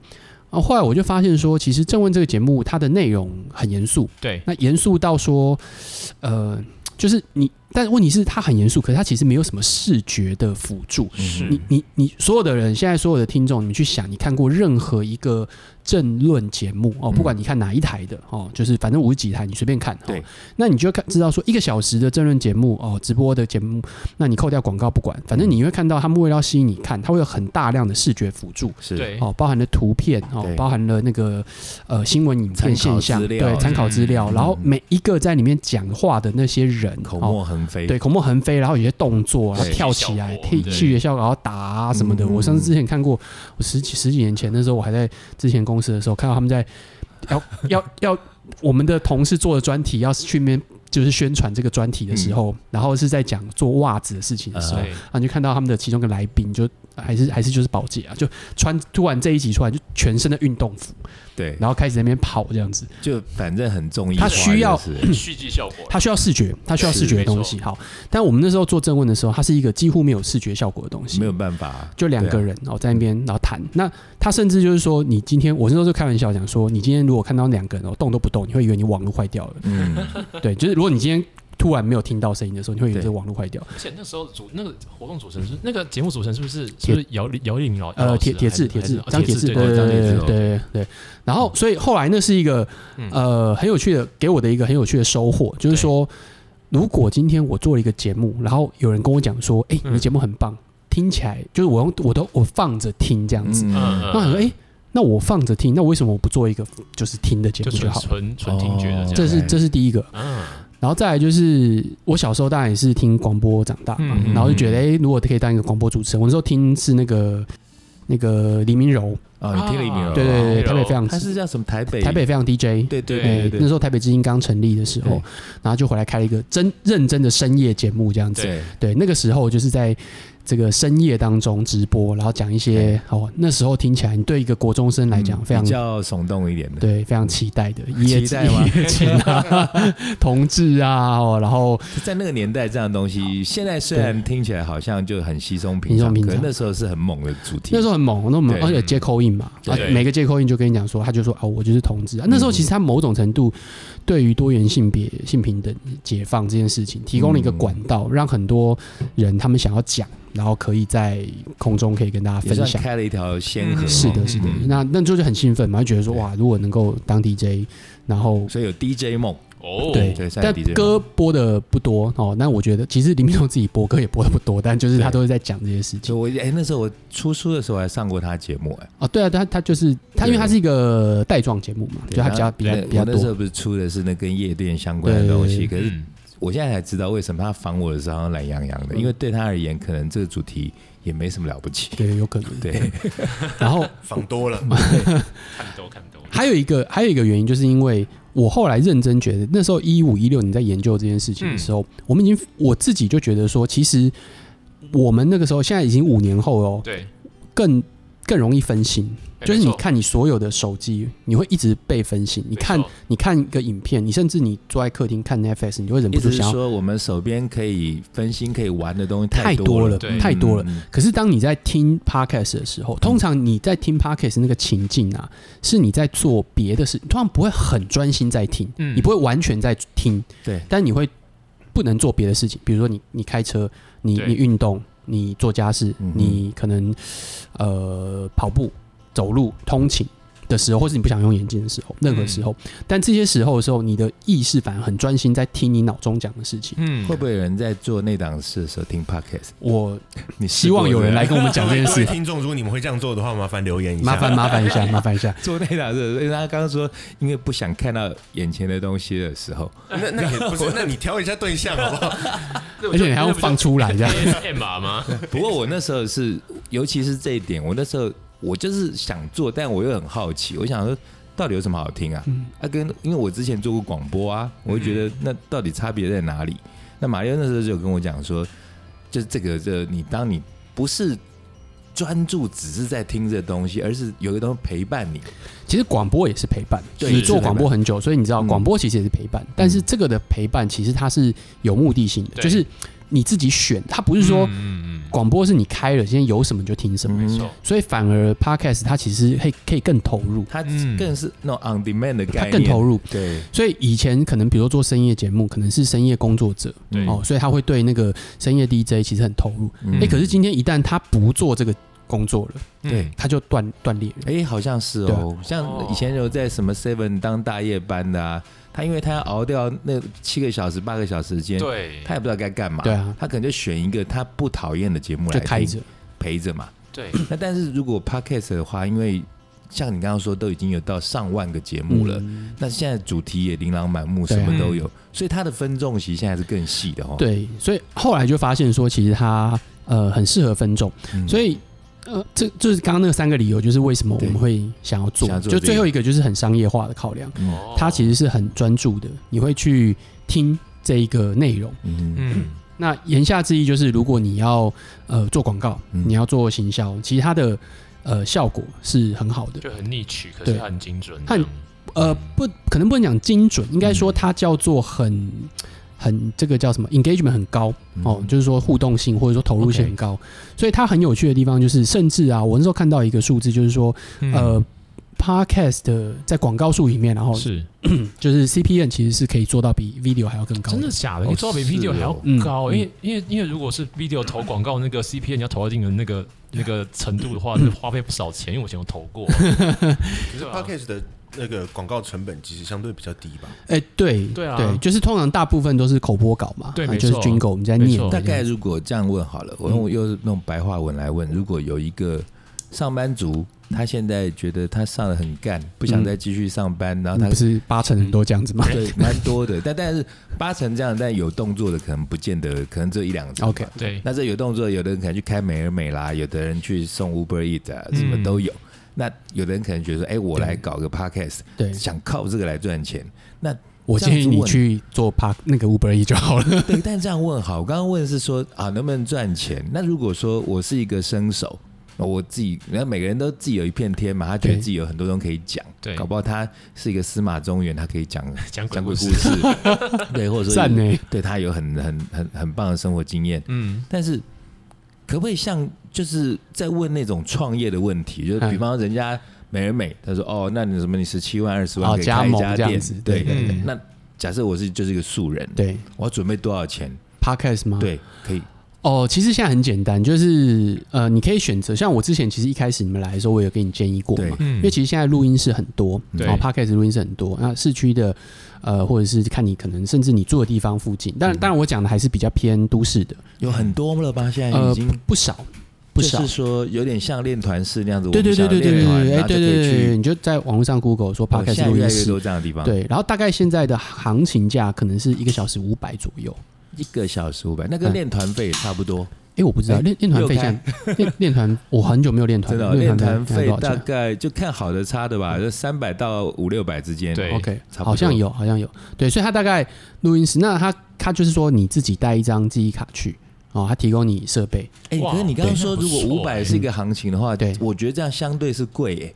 Speaker 4: 啊，后来我就发现说，其实政问这个节目它的内容很严肃，
Speaker 2: 对
Speaker 4: 那严肃到说，呃，就是你，但问题是它很严肃，可是它其实没有什么视觉的辅助，
Speaker 3: 嗯
Speaker 2: 是
Speaker 4: 你你你所有的人，现在所有的听众，你们去想，你看过任何一个政论节目哦，
Speaker 3: 嗯
Speaker 4: 不管你看哪一台的哦，就是反正五十几台，你随便看。哦
Speaker 3: 对，
Speaker 4: 那你就会看知道说一个小时的政论节目哦，直播的节目，那你扣掉广告不管，反正
Speaker 3: 嗯
Speaker 4: 你会看到他们为了要吸引你看，它会有很大量的视觉辅助。
Speaker 3: 是
Speaker 2: 对
Speaker 4: 哦，包含了图片哦
Speaker 3: 对，
Speaker 4: 包含了那个呃新闻影片
Speaker 3: 参考
Speaker 4: 现象，
Speaker 3: 资料
Speaker 4: 对，参考资料，
Speaker 3: 嗯
Speaker 4: 然后每一个在里面讲话的那些人，
Speaker 3: 口
Speaker 4: 哦
Speaker 3: 沫横飞，
Speaker 4: 对，口沫横飞，然后有些动作，然后
Speaker 3: 对
Speaker 4: 跳起来，
Speaker 2: 效果
Speaker 4: 踢
Speaker 2: 对
Speaker 4: 去学校，然后打啊什么的。
Speaker 3: 嗯
Speaker 4: 我上次之前看过，我十几十几年前那时候，我还在之前公司的时候，看到他们在要 要要我们的同事做的专题，要去面就是宣传这个专题的时
Speaker 3: 嗯
Speaker 4: 候，然后是在讲做袜子的事情的时候，
Speaker 3: 哎
Speaker 2: 对
Speaker 4: 然后你就看到他们的其中一个来宾就。还是还是就是保洁啊，就穿突然这一集出来就全身的运动服，
Speaker 3: 对，
Speaker 4: 然后开始在那边跑这样子，
Speaker 3: 就反正很重义化，
Speaker 4: 他需要
Speaker 3: 就是
Speaker 2: 戏剧效果，
Speaker 4: 它需要视觉，它需要
Speaker 2: 是
Speaker 4: 视觉的
Speaker 2: 没错
Speaker 4: 东西。好，但我们那时候做正问的时候，它是一个几乎没有视觉效果的东西，
Speaker 3: 没有办法，
Speaker 4: 就两个
Speaker 3: 对啊
Speaker 4: 人哦在那边然后谈。那他甚至就是说，你今天我那时候就开玩笑讲说，你今天如果看到两个人哦动都不动，你会以为你网络坏掉了。
Speaker 3: 嗯，
Speaker 4: 对，就是如果你今天突然没有听到声音的时候，你会以为
Speaker 3: 对
Speaker 4: 这网络坏掉。
Speaker 2: 而且那时候主那个活动主持人是那个节目主持人是不是是不是姚姚立明老
Speaker 4: 呃，铁铁志，
Speaker 2: 志
Speaker 4: 铁志，张
Speaker 2: 张
Speaker 4: 铁志，
Speaker 2: 哦志
Speaker 4: 对
Speaker 2: 对
Speaker 4: 对
Speaker 3: 张
Speaker 4: 对
Speaker 3: 铁
Speaker 4: 对
Speaker 3: 志
Speaker 4: 对对对。然后，所以后来那是一个
Speaker 2: 嗯
Speaker 4: 呃很有趣的，给我的一个很有趣的收获，就是说，如果今天我做了一个节目，然后有人跟我讲说，哎，你
Speaker 2: 嗯
Speaker 4: 的节目很棒，听起来就是我用我都我放着听这样子，
Speaker 3: 嗯，
Speaker 4: 那我想说，哎，那我放着听，那为什么我不做一个就是听的节
Speaker 2: 就
Speaker 4: 目就
Speaker 2: 纯
Speaker 4: 好了？
Speaker 2: 纯纯听觉的
Speaker 3: 哦
Speaker 2: 这
Speaker 4: 这是
Speaker 2: 样，
Speaker 4: 这是第一个，
Speaker 2: 嗯
Speaker 4: 然后再来就是我小时候当然也是听广播长大嘛，
Speaker 3: 嗯
Speaker 4: 然后就觉得，哎，如果可以当一个广播主持人，我那时候听是那个那个黎明柔，
Speaker 3: 哦，你听了一名了，
Speaker 4: 啊对对对，台北非常
Speaker 3: 他是叫什么台北
Speaker 4: 台北非常 DJ，
Speaker 3: 对对
Speaker 4: 哎
Speaker 3: 对
Speaker 4: 那
Speaker 3: 对
Speaker 4: 时候台北之音刚成立的时候
Speaker 3: 对，
Speaker 4: 然后就回来开了一个真认真的深夜节目这样子。
Speaker 3: 对，
Speaker 4: 对，那个时候就是在这个深夜当中直播，然后讲一些哦，那时候听起来你对一个国中生来讲非常
Speaker 3: 嗯比。较耸动一点的，
Speaker 4: 对，非常期待的，一夜
Speaker 3: 期待 吗？
Speaker 4: 情啊， 同志啊，哦，然后
Speaker 3: 在那个年代，这样的东西，现在虽然听起来好像就很稀松平
Speaker 4: 稀
Speaker 3: 常，
Speaker 4: 松平
Speaker 3: 可
Speaker 4: 常
Speaker 3: 是那时候是很猛的主题。
Speaker 4: 那时候很猛，那我们
Speaker 3: 对
Speaker 4: 而且接口音嘛，
Speaker 3: 对
Speaker 4: 啊，每个接口音就跟你讲说，他就说哦，我就是同志啊。那时候其实他某种程度对于多元性别、性平等、解放这件事情，提供了一个管道，让很多人他们想要讲，然后可以在空中可以跟大家
Speaker 3: 也
Speaker 4: 分
Speaker 3: 算
Speaker 4: 享。
Speaker 3: 开了一条先河，
Speaker 2: 嗯
Speaker 4: 是的，是的，
Speaker 3: 嗯
Speaker 4: 那那就是很兴奋嘛，就觉得说哇，如果能够当 DJ，然后
Speaker 3: 所以有 DJ 梦，
Speaker 2: 哦
Speaker 4: 对
Speaker 3: 对算
Speaker 4: 但
Speaker 3: DJ
Speaker 4: 歌播的不多哦。那我觉得其实林明忠自己播歌也播的不多，但就是他都是在讲这些事情
Speaker 3: 所。以我哎、那时候我出书的时候还上过他节目哎、
Speaker 4: 哦，对啊，他他就是他，因为
Speaker 3: 对
Speaker 4: 他是一个带状节目嘛，就他比较比较
Speaker 3: 然后那
Speaker 4: 比较
Speaker 3: 我啊那时
Speaker 4: 多。
Speaker 3: 候不是出的是那跟夜店相关的东西，可是
Speaker 2: 嗯
Speaker 3: 我现在才知道为什么他仿我的时候好像懒洋
Speaker 4: 嗯
Speaker 3: 洋的，因为对他而言，可能这个主题也没什么了不起。
Speaker 4: 对，有可能。
Speaker 3: 对，
Speaker 4: 然后
Speaker 1: 仿多了，
Speaker 2: 看多看多，
Speaker 4: 还有一个还有一个原因，就是因为我后来认真觉得，那时候一五一六你在研究这件事情的时候，我们已经我自己就觉得说，其实我们那个时候现在已经五年后哦，
Speaker 2: 对，
Speaker 4: 更更容易分心。
Speaker 2: 哎
Speaker 4: 就是
Speaker 2: 没
Speaker 4: 你
Speaker 2: 错
Speaker 4: 看你所有的手机，你会一直被分心。你看
Speaker 2: 没错
Speaker 4: 你看一个影片，你甚至你坐在客厅看 Netflix，你就会忍
Speaker 3: 意
Speaker 4: 不住
Speaker 3: 思是
Speaker 4: 想要
Speaker 3: 说，我们手边可以分心、可以玩的东西
Speaker 4: 太
Speaker 3: 多
Speaker 4: 多了
Speaker 2: 对，
Speaker 4: 太多了。
Speaker 3: 嗯
Speaker 4: 可是当你在听 podcast 的时候，通常你在听 podcast 那个情境啊，是你在做别的事，你通常不会很专心在听，
Speaker 2: 嗯
Speaker 4: 你不会完全在听，
Speaker 3: 对，
Speaker 4: 但你会不能做别的事情，比如说你你开车，你
Speaker 2: 对
Speaker 4: 你运动，你做家事，
Speaker 3: 嗯哼
Speaker 4: 你可能呃跑步、走路、通勤。的时候，或是你不想用眼睛的时候，任何时候，但这些时候的时候，你的意识反而很专心在听你脑中讲的事情。
Speaker 2: 嗯
Speaker 3: 会不会有人在做那档事的时候听 podcast？
Speaker 4: 我
Speaker 3: 你试
Speaker 4: 希望
Speaker 3: 过
Speaker 4: 有人
Speaker 3: 对不对
Speaker 4: 来跟我们讲这件
Speaker 1: 各位
Speaker 4: 事，
Speaker 1: 听众，如果你们会这样做的话，麻烦留言一下。
Speaker 4: 麻烦麻烦一下，麻烦一下。
Speaker 3: 做那档事，因为他刚刚说，因为不想看到眼前的东西的时候，
Speaker 1: 那那也不是，那你挑一下对象好不好？
Speaker 4: 而且你还要放出来这样。
Speaker 2: m 码吗？
Speaker 3: 不过我那时候是，尤其是这一点，我那时候我就是想做，但我又很好奇，我想说到底有什么好听啊？
Speaker 4: 嗯
Speaker 3: 啊，跟因为我之前做过广播啊，我就觉得那到底差别在哪里？那马里奥那时候就有跟我讲说，就是这个这你当你不是。专注只是在听这东西，而是有一个东西陪伴你。
Speaker 4: 其实广播也是陪伴，
Speaker 3: 对
Speaker 4: 你
Speaker 2: 是
Speaker 4: 做广播很久，所以你知道
Speaker 3: 嗯
Speaker 4: 广播其实也是陪伴，但是这个的陪伴其实它是有目的性的，
Speaker 2: 对
Speaker 4: 就是你自己选，它不是说
Speaker 2: 嗯嗯嗯，
Speaker 4: 广播是你开了，今天有什么就听什么，
Speaker 2: 没错，
Speaker 4: 所以反而 podcast 它其实可以可以更投入，
Speaker 3: 它
Speaker 2: 嗯
Speaker 3: 更是那种 on demand 的概
Speaker 4: 它
Speaker 3: 念，
Speaker 4: 更投入。
Speaker 3: 对，
Speaker 4: 所以以前可能比如说做深夜节目，可能是深夜工作者
Speaker 2: 对
Speaker 4: 哦，所以他会对那个深夜 DJ 其实很投入。
Speaker 3: 嗯
Speaker 4: 哎，可是今天一旦他不做这个工作了，
Speaker 3: 对，
Speaker 4: 他就断断裂了。
Speaker 3: 哎、好像是
Speaker 4: 对啊
Speaker 3: 哦，像以前有在什么 Seven 当大夜班的啊，他因为他要熬掉那七个小时、八个小时的时间，
Speaker 2: 对
Speaker 3: 他也不知道该干嘛，
Speaker 4: 对啊
Speaker 3: 他可能就选一个他不讨厌的节目来
Speaker 4: 就开着
Speaker 3: 听，陪着嘛。
Speaker 2: 对，
Speaker 3: 那但是如果 Podcast 的话，因为像你刚刚说，都已经有到上万个节目了，
Speaker 4: 嗯
Speaker 3: 那现在主题也琳琅满目，
Speaker 4: 对
Speaker 3: 什
Speaker 4: 啊
Speaker 3: 么都有，所以它的分众其实现在是更细的哦。，
Speaker 4: 对，所以后来就发现说，其实它呃很适合分众，
Speaker 3: 嗯
Speaker 4: 所以呃这就是刚刚那三个理由，就是为什么我们会想要做，
Speaker 3: 想要做
Speaker 4: 就
Speaker 3: 这
Speaker 4: 最
Speaker 3: 个
Speaker 4: 后一个就是很商业化的考量，
Speaker 2: 哦
Speaker 4: 它其实是很专注的，你会去听这一个内容。
Speaker 3: 嗯，
Speaker 2: 嗯
Speaker 4: 那言下之意就是，如果你要呃做广告，
Speaker 3: 嗯
Speaker 4: 你要做行销，其实它的呃效果是很好的，
Speaker 2: 就很逆取，可是
Speaker 4: 对
Speaker 2: 它很精准，
Speaker 4: 它很呃不可能不能讲精准，应该说它叫做很。很这个叫什么 engagement 很高哦，就是说互动性或者说投入性很高所以它很有趣的地方就是，甚至啊，我那时候看到一个数字，就是说，
Speaker 2: 嗯
Speaker 4: 呃哦 podcast 的在广告数里面，然后
Speaker 2: 是
Speaker 4: 就是 CPM 其实是可以做到比 video 还要更高
Speaker 2: 真的假的？
Speaker 3: 哦
Speaker 2: 你做到比
Speaker 3: 是
Speaker 2: video 还要
Speaker 4: 嗯
Speaker 2: 高，因为因为因为如果是 video 投广告，那个 CPN 你要投到一定的那个那个程度的话，那花费不少钱，因为我以前有投过。
Speaker 1: 可是 podcast 的那个广告成本其实相对比较低吧，
Speaker 4: 哎、对
Speaker 2: 对啊
Speaker 4: 就是通常大部分都是口播稿嘛，
Speaker 2: 对
Speaker 4: 啊
Speaker 2: 没
Speaker 4: 就是
Speaker 2: 错
Speaker 4: 军狗我们在
Speaker 2: 没
Speaker 4: 念
Speaker 2: 错
Speaker 4: 的这
Speaker 2: 大
Speaker 4: 样，
Speaker 3: 大概如果这样问好了，我
Speaker 4: 嗯
Speaker 3: 用又是用白话文来问，如果有一个上班族，他现在觉得他上的很干，不想再继续上班，然后他
Speaker 4: 嗯不是八成人都这样子吗？
Speaker 3: 对蛮多的，但 但是八成这样，但有动作的可能不见得，可能只有一两成吧。
Speaker 4: OK
Speaker 2: 对，
Speaker 3: 那这有动作，有的人可能去开美而美啦，有的人去送 Uber Eat 啊，
Speaker 2: 嗯
Speaker 3: 什么都有。那有的人可能觉得说，哎、我来搞个 podcast，
Speaker 4: 对，
Speaker 3: 想靠这个来赚钱。那
Speaker 4: 我
Speaker 3: 这样
Speaker 4: 建议
Speaker 3: 子
Speaker 4: 你
Speaker 3: 问
Speaker 4: 去做 park 那个 Uber E 就好了。
Speaker 3: 对，但这样问好，我刚刚问的是说啊，能不能赚钱？那如果说我是一个生手，我自己，然后每个人都自己有一片天嘛，他觉得
Speaker 4: 对
Speaker 3: 自己有很多东西可以讲，
Speaker 2: 对
Speaker 3: 搞不好他是一个司马中原，他可以讲讲
Speaker 2: 讲鬼
Speaker 3: 鬼
Speaker 2: 故
Speaker 3: 故
Speaker 2: 事，
Speaker 3: 事，对，或者说
Speaker 4: 赞呢
Speaker 3: 对他有很很很很棒的生活经验，
Speaker 2: 嗯，
Speaker 3: 但是可不可以像就是在问那种创业的问题，就是比
Speaker 4: 嗯
Speaker 3: 方说人家美而美，他说哦，那你什么你十七万二十万
Speaker 4: 哦
Speaker 3: 可以
Speaker 4: 加
Speaker 3: 开一
Speaker 4: 盟
Speaker 3: 家
Speaker 4: 这样
Speaker 3: 店
Speaker 4: 子，
Speaker 3: 对，
Speaker 4: 对嗯
Speaker 2: 对对
Speaker 3: 那假设我是就是一个素人，，
Speaker 4: 对
Speaker 3: 我要准备多少钱？
Speaker 4: ，Podcast 吗？，
Speaker 3: 对，可以，
Speaker 4: 哦，其实现在很简单，就是呃，你可以选择，像我之前其实一开始你们来的时候，我有给你建议过
Speaker 3: 对嗯
Speaker 4: 嘛，
Speaker 2: 嗯
Speaker 4: 因为其实现在录音室很多，
Speaker 2: 对
Speaker 4: 然后 podcast 录音室很多，那市区的呃，或者是看你可能甚至你住的地方附近，
Speaker 3: 嗯
Speaker 4: 当然，当然我讲的还是比较偏都市的，
Speaker 3: 有很多了吧？现哎在已
Speaker 4: 呃
Speaker 3: 经。，
Speaker 4: 不少不少
Speaker 3: 就是，说有点像练团式那样子，
Speaker 4: 对对对对对对对，哎，对对对对，
Speaker 3: 对，
Speaker 4: 你就在网络上 Google 说
Speaker 3: 哦哦现
Speaker 4: podcast
Speaker 3: 在越
Speaker 4: 录音
Speaker 3: 来越
Speaker 4: 室，
Speaker 3: 多这样的地方，，
Speaker 4: 对，然后大概现在的行情价可能是一个小时五百左右，
Speaker 3: 一个小时五百，那跟
Speaker 4: 嗯
Speaker 3: 练团费也差不多，
Speaker 4: 哎，我不知道
Speaker 3: 哎
Speaker 4: 练练团费
Speaker 3: 又
Speaker 4: 现在练练团，我很久没有练团
Speaker 3: 真的
Speaker 4: 了，
Speaker 3: 哦练团
Speaker 4: 费
Speaker 3: 费
Speaker 4: 多少
Speaker 3: 大
Speaker 4: 钱？嗯
Speaker 3: 概就看好的差的吧，就三百到五六百之间，
Speaker 2: 对
Speaker 4: OK，
Speaker 3: 差不多
Speaker 4: 好像有，好像有，对，所以他大概录音室，那他他就是说你自己带一张记忆卡去哦，他提供你设备，
Speaker 3: 哎、
Speaker 2: 哇
Speaker 3: 可是你刚刚说
Speaker 2: 对
Speaker 3: 如果
Speaker 2: 那不
Speaker 3: 五
Speaker 2: 错
Speaker 3: 百
Speaker 2: 欸
Speaker 3: 是一个行情的话，
Speaker 4: 对
Speaker 3: 我觉得这样相对是贵耶、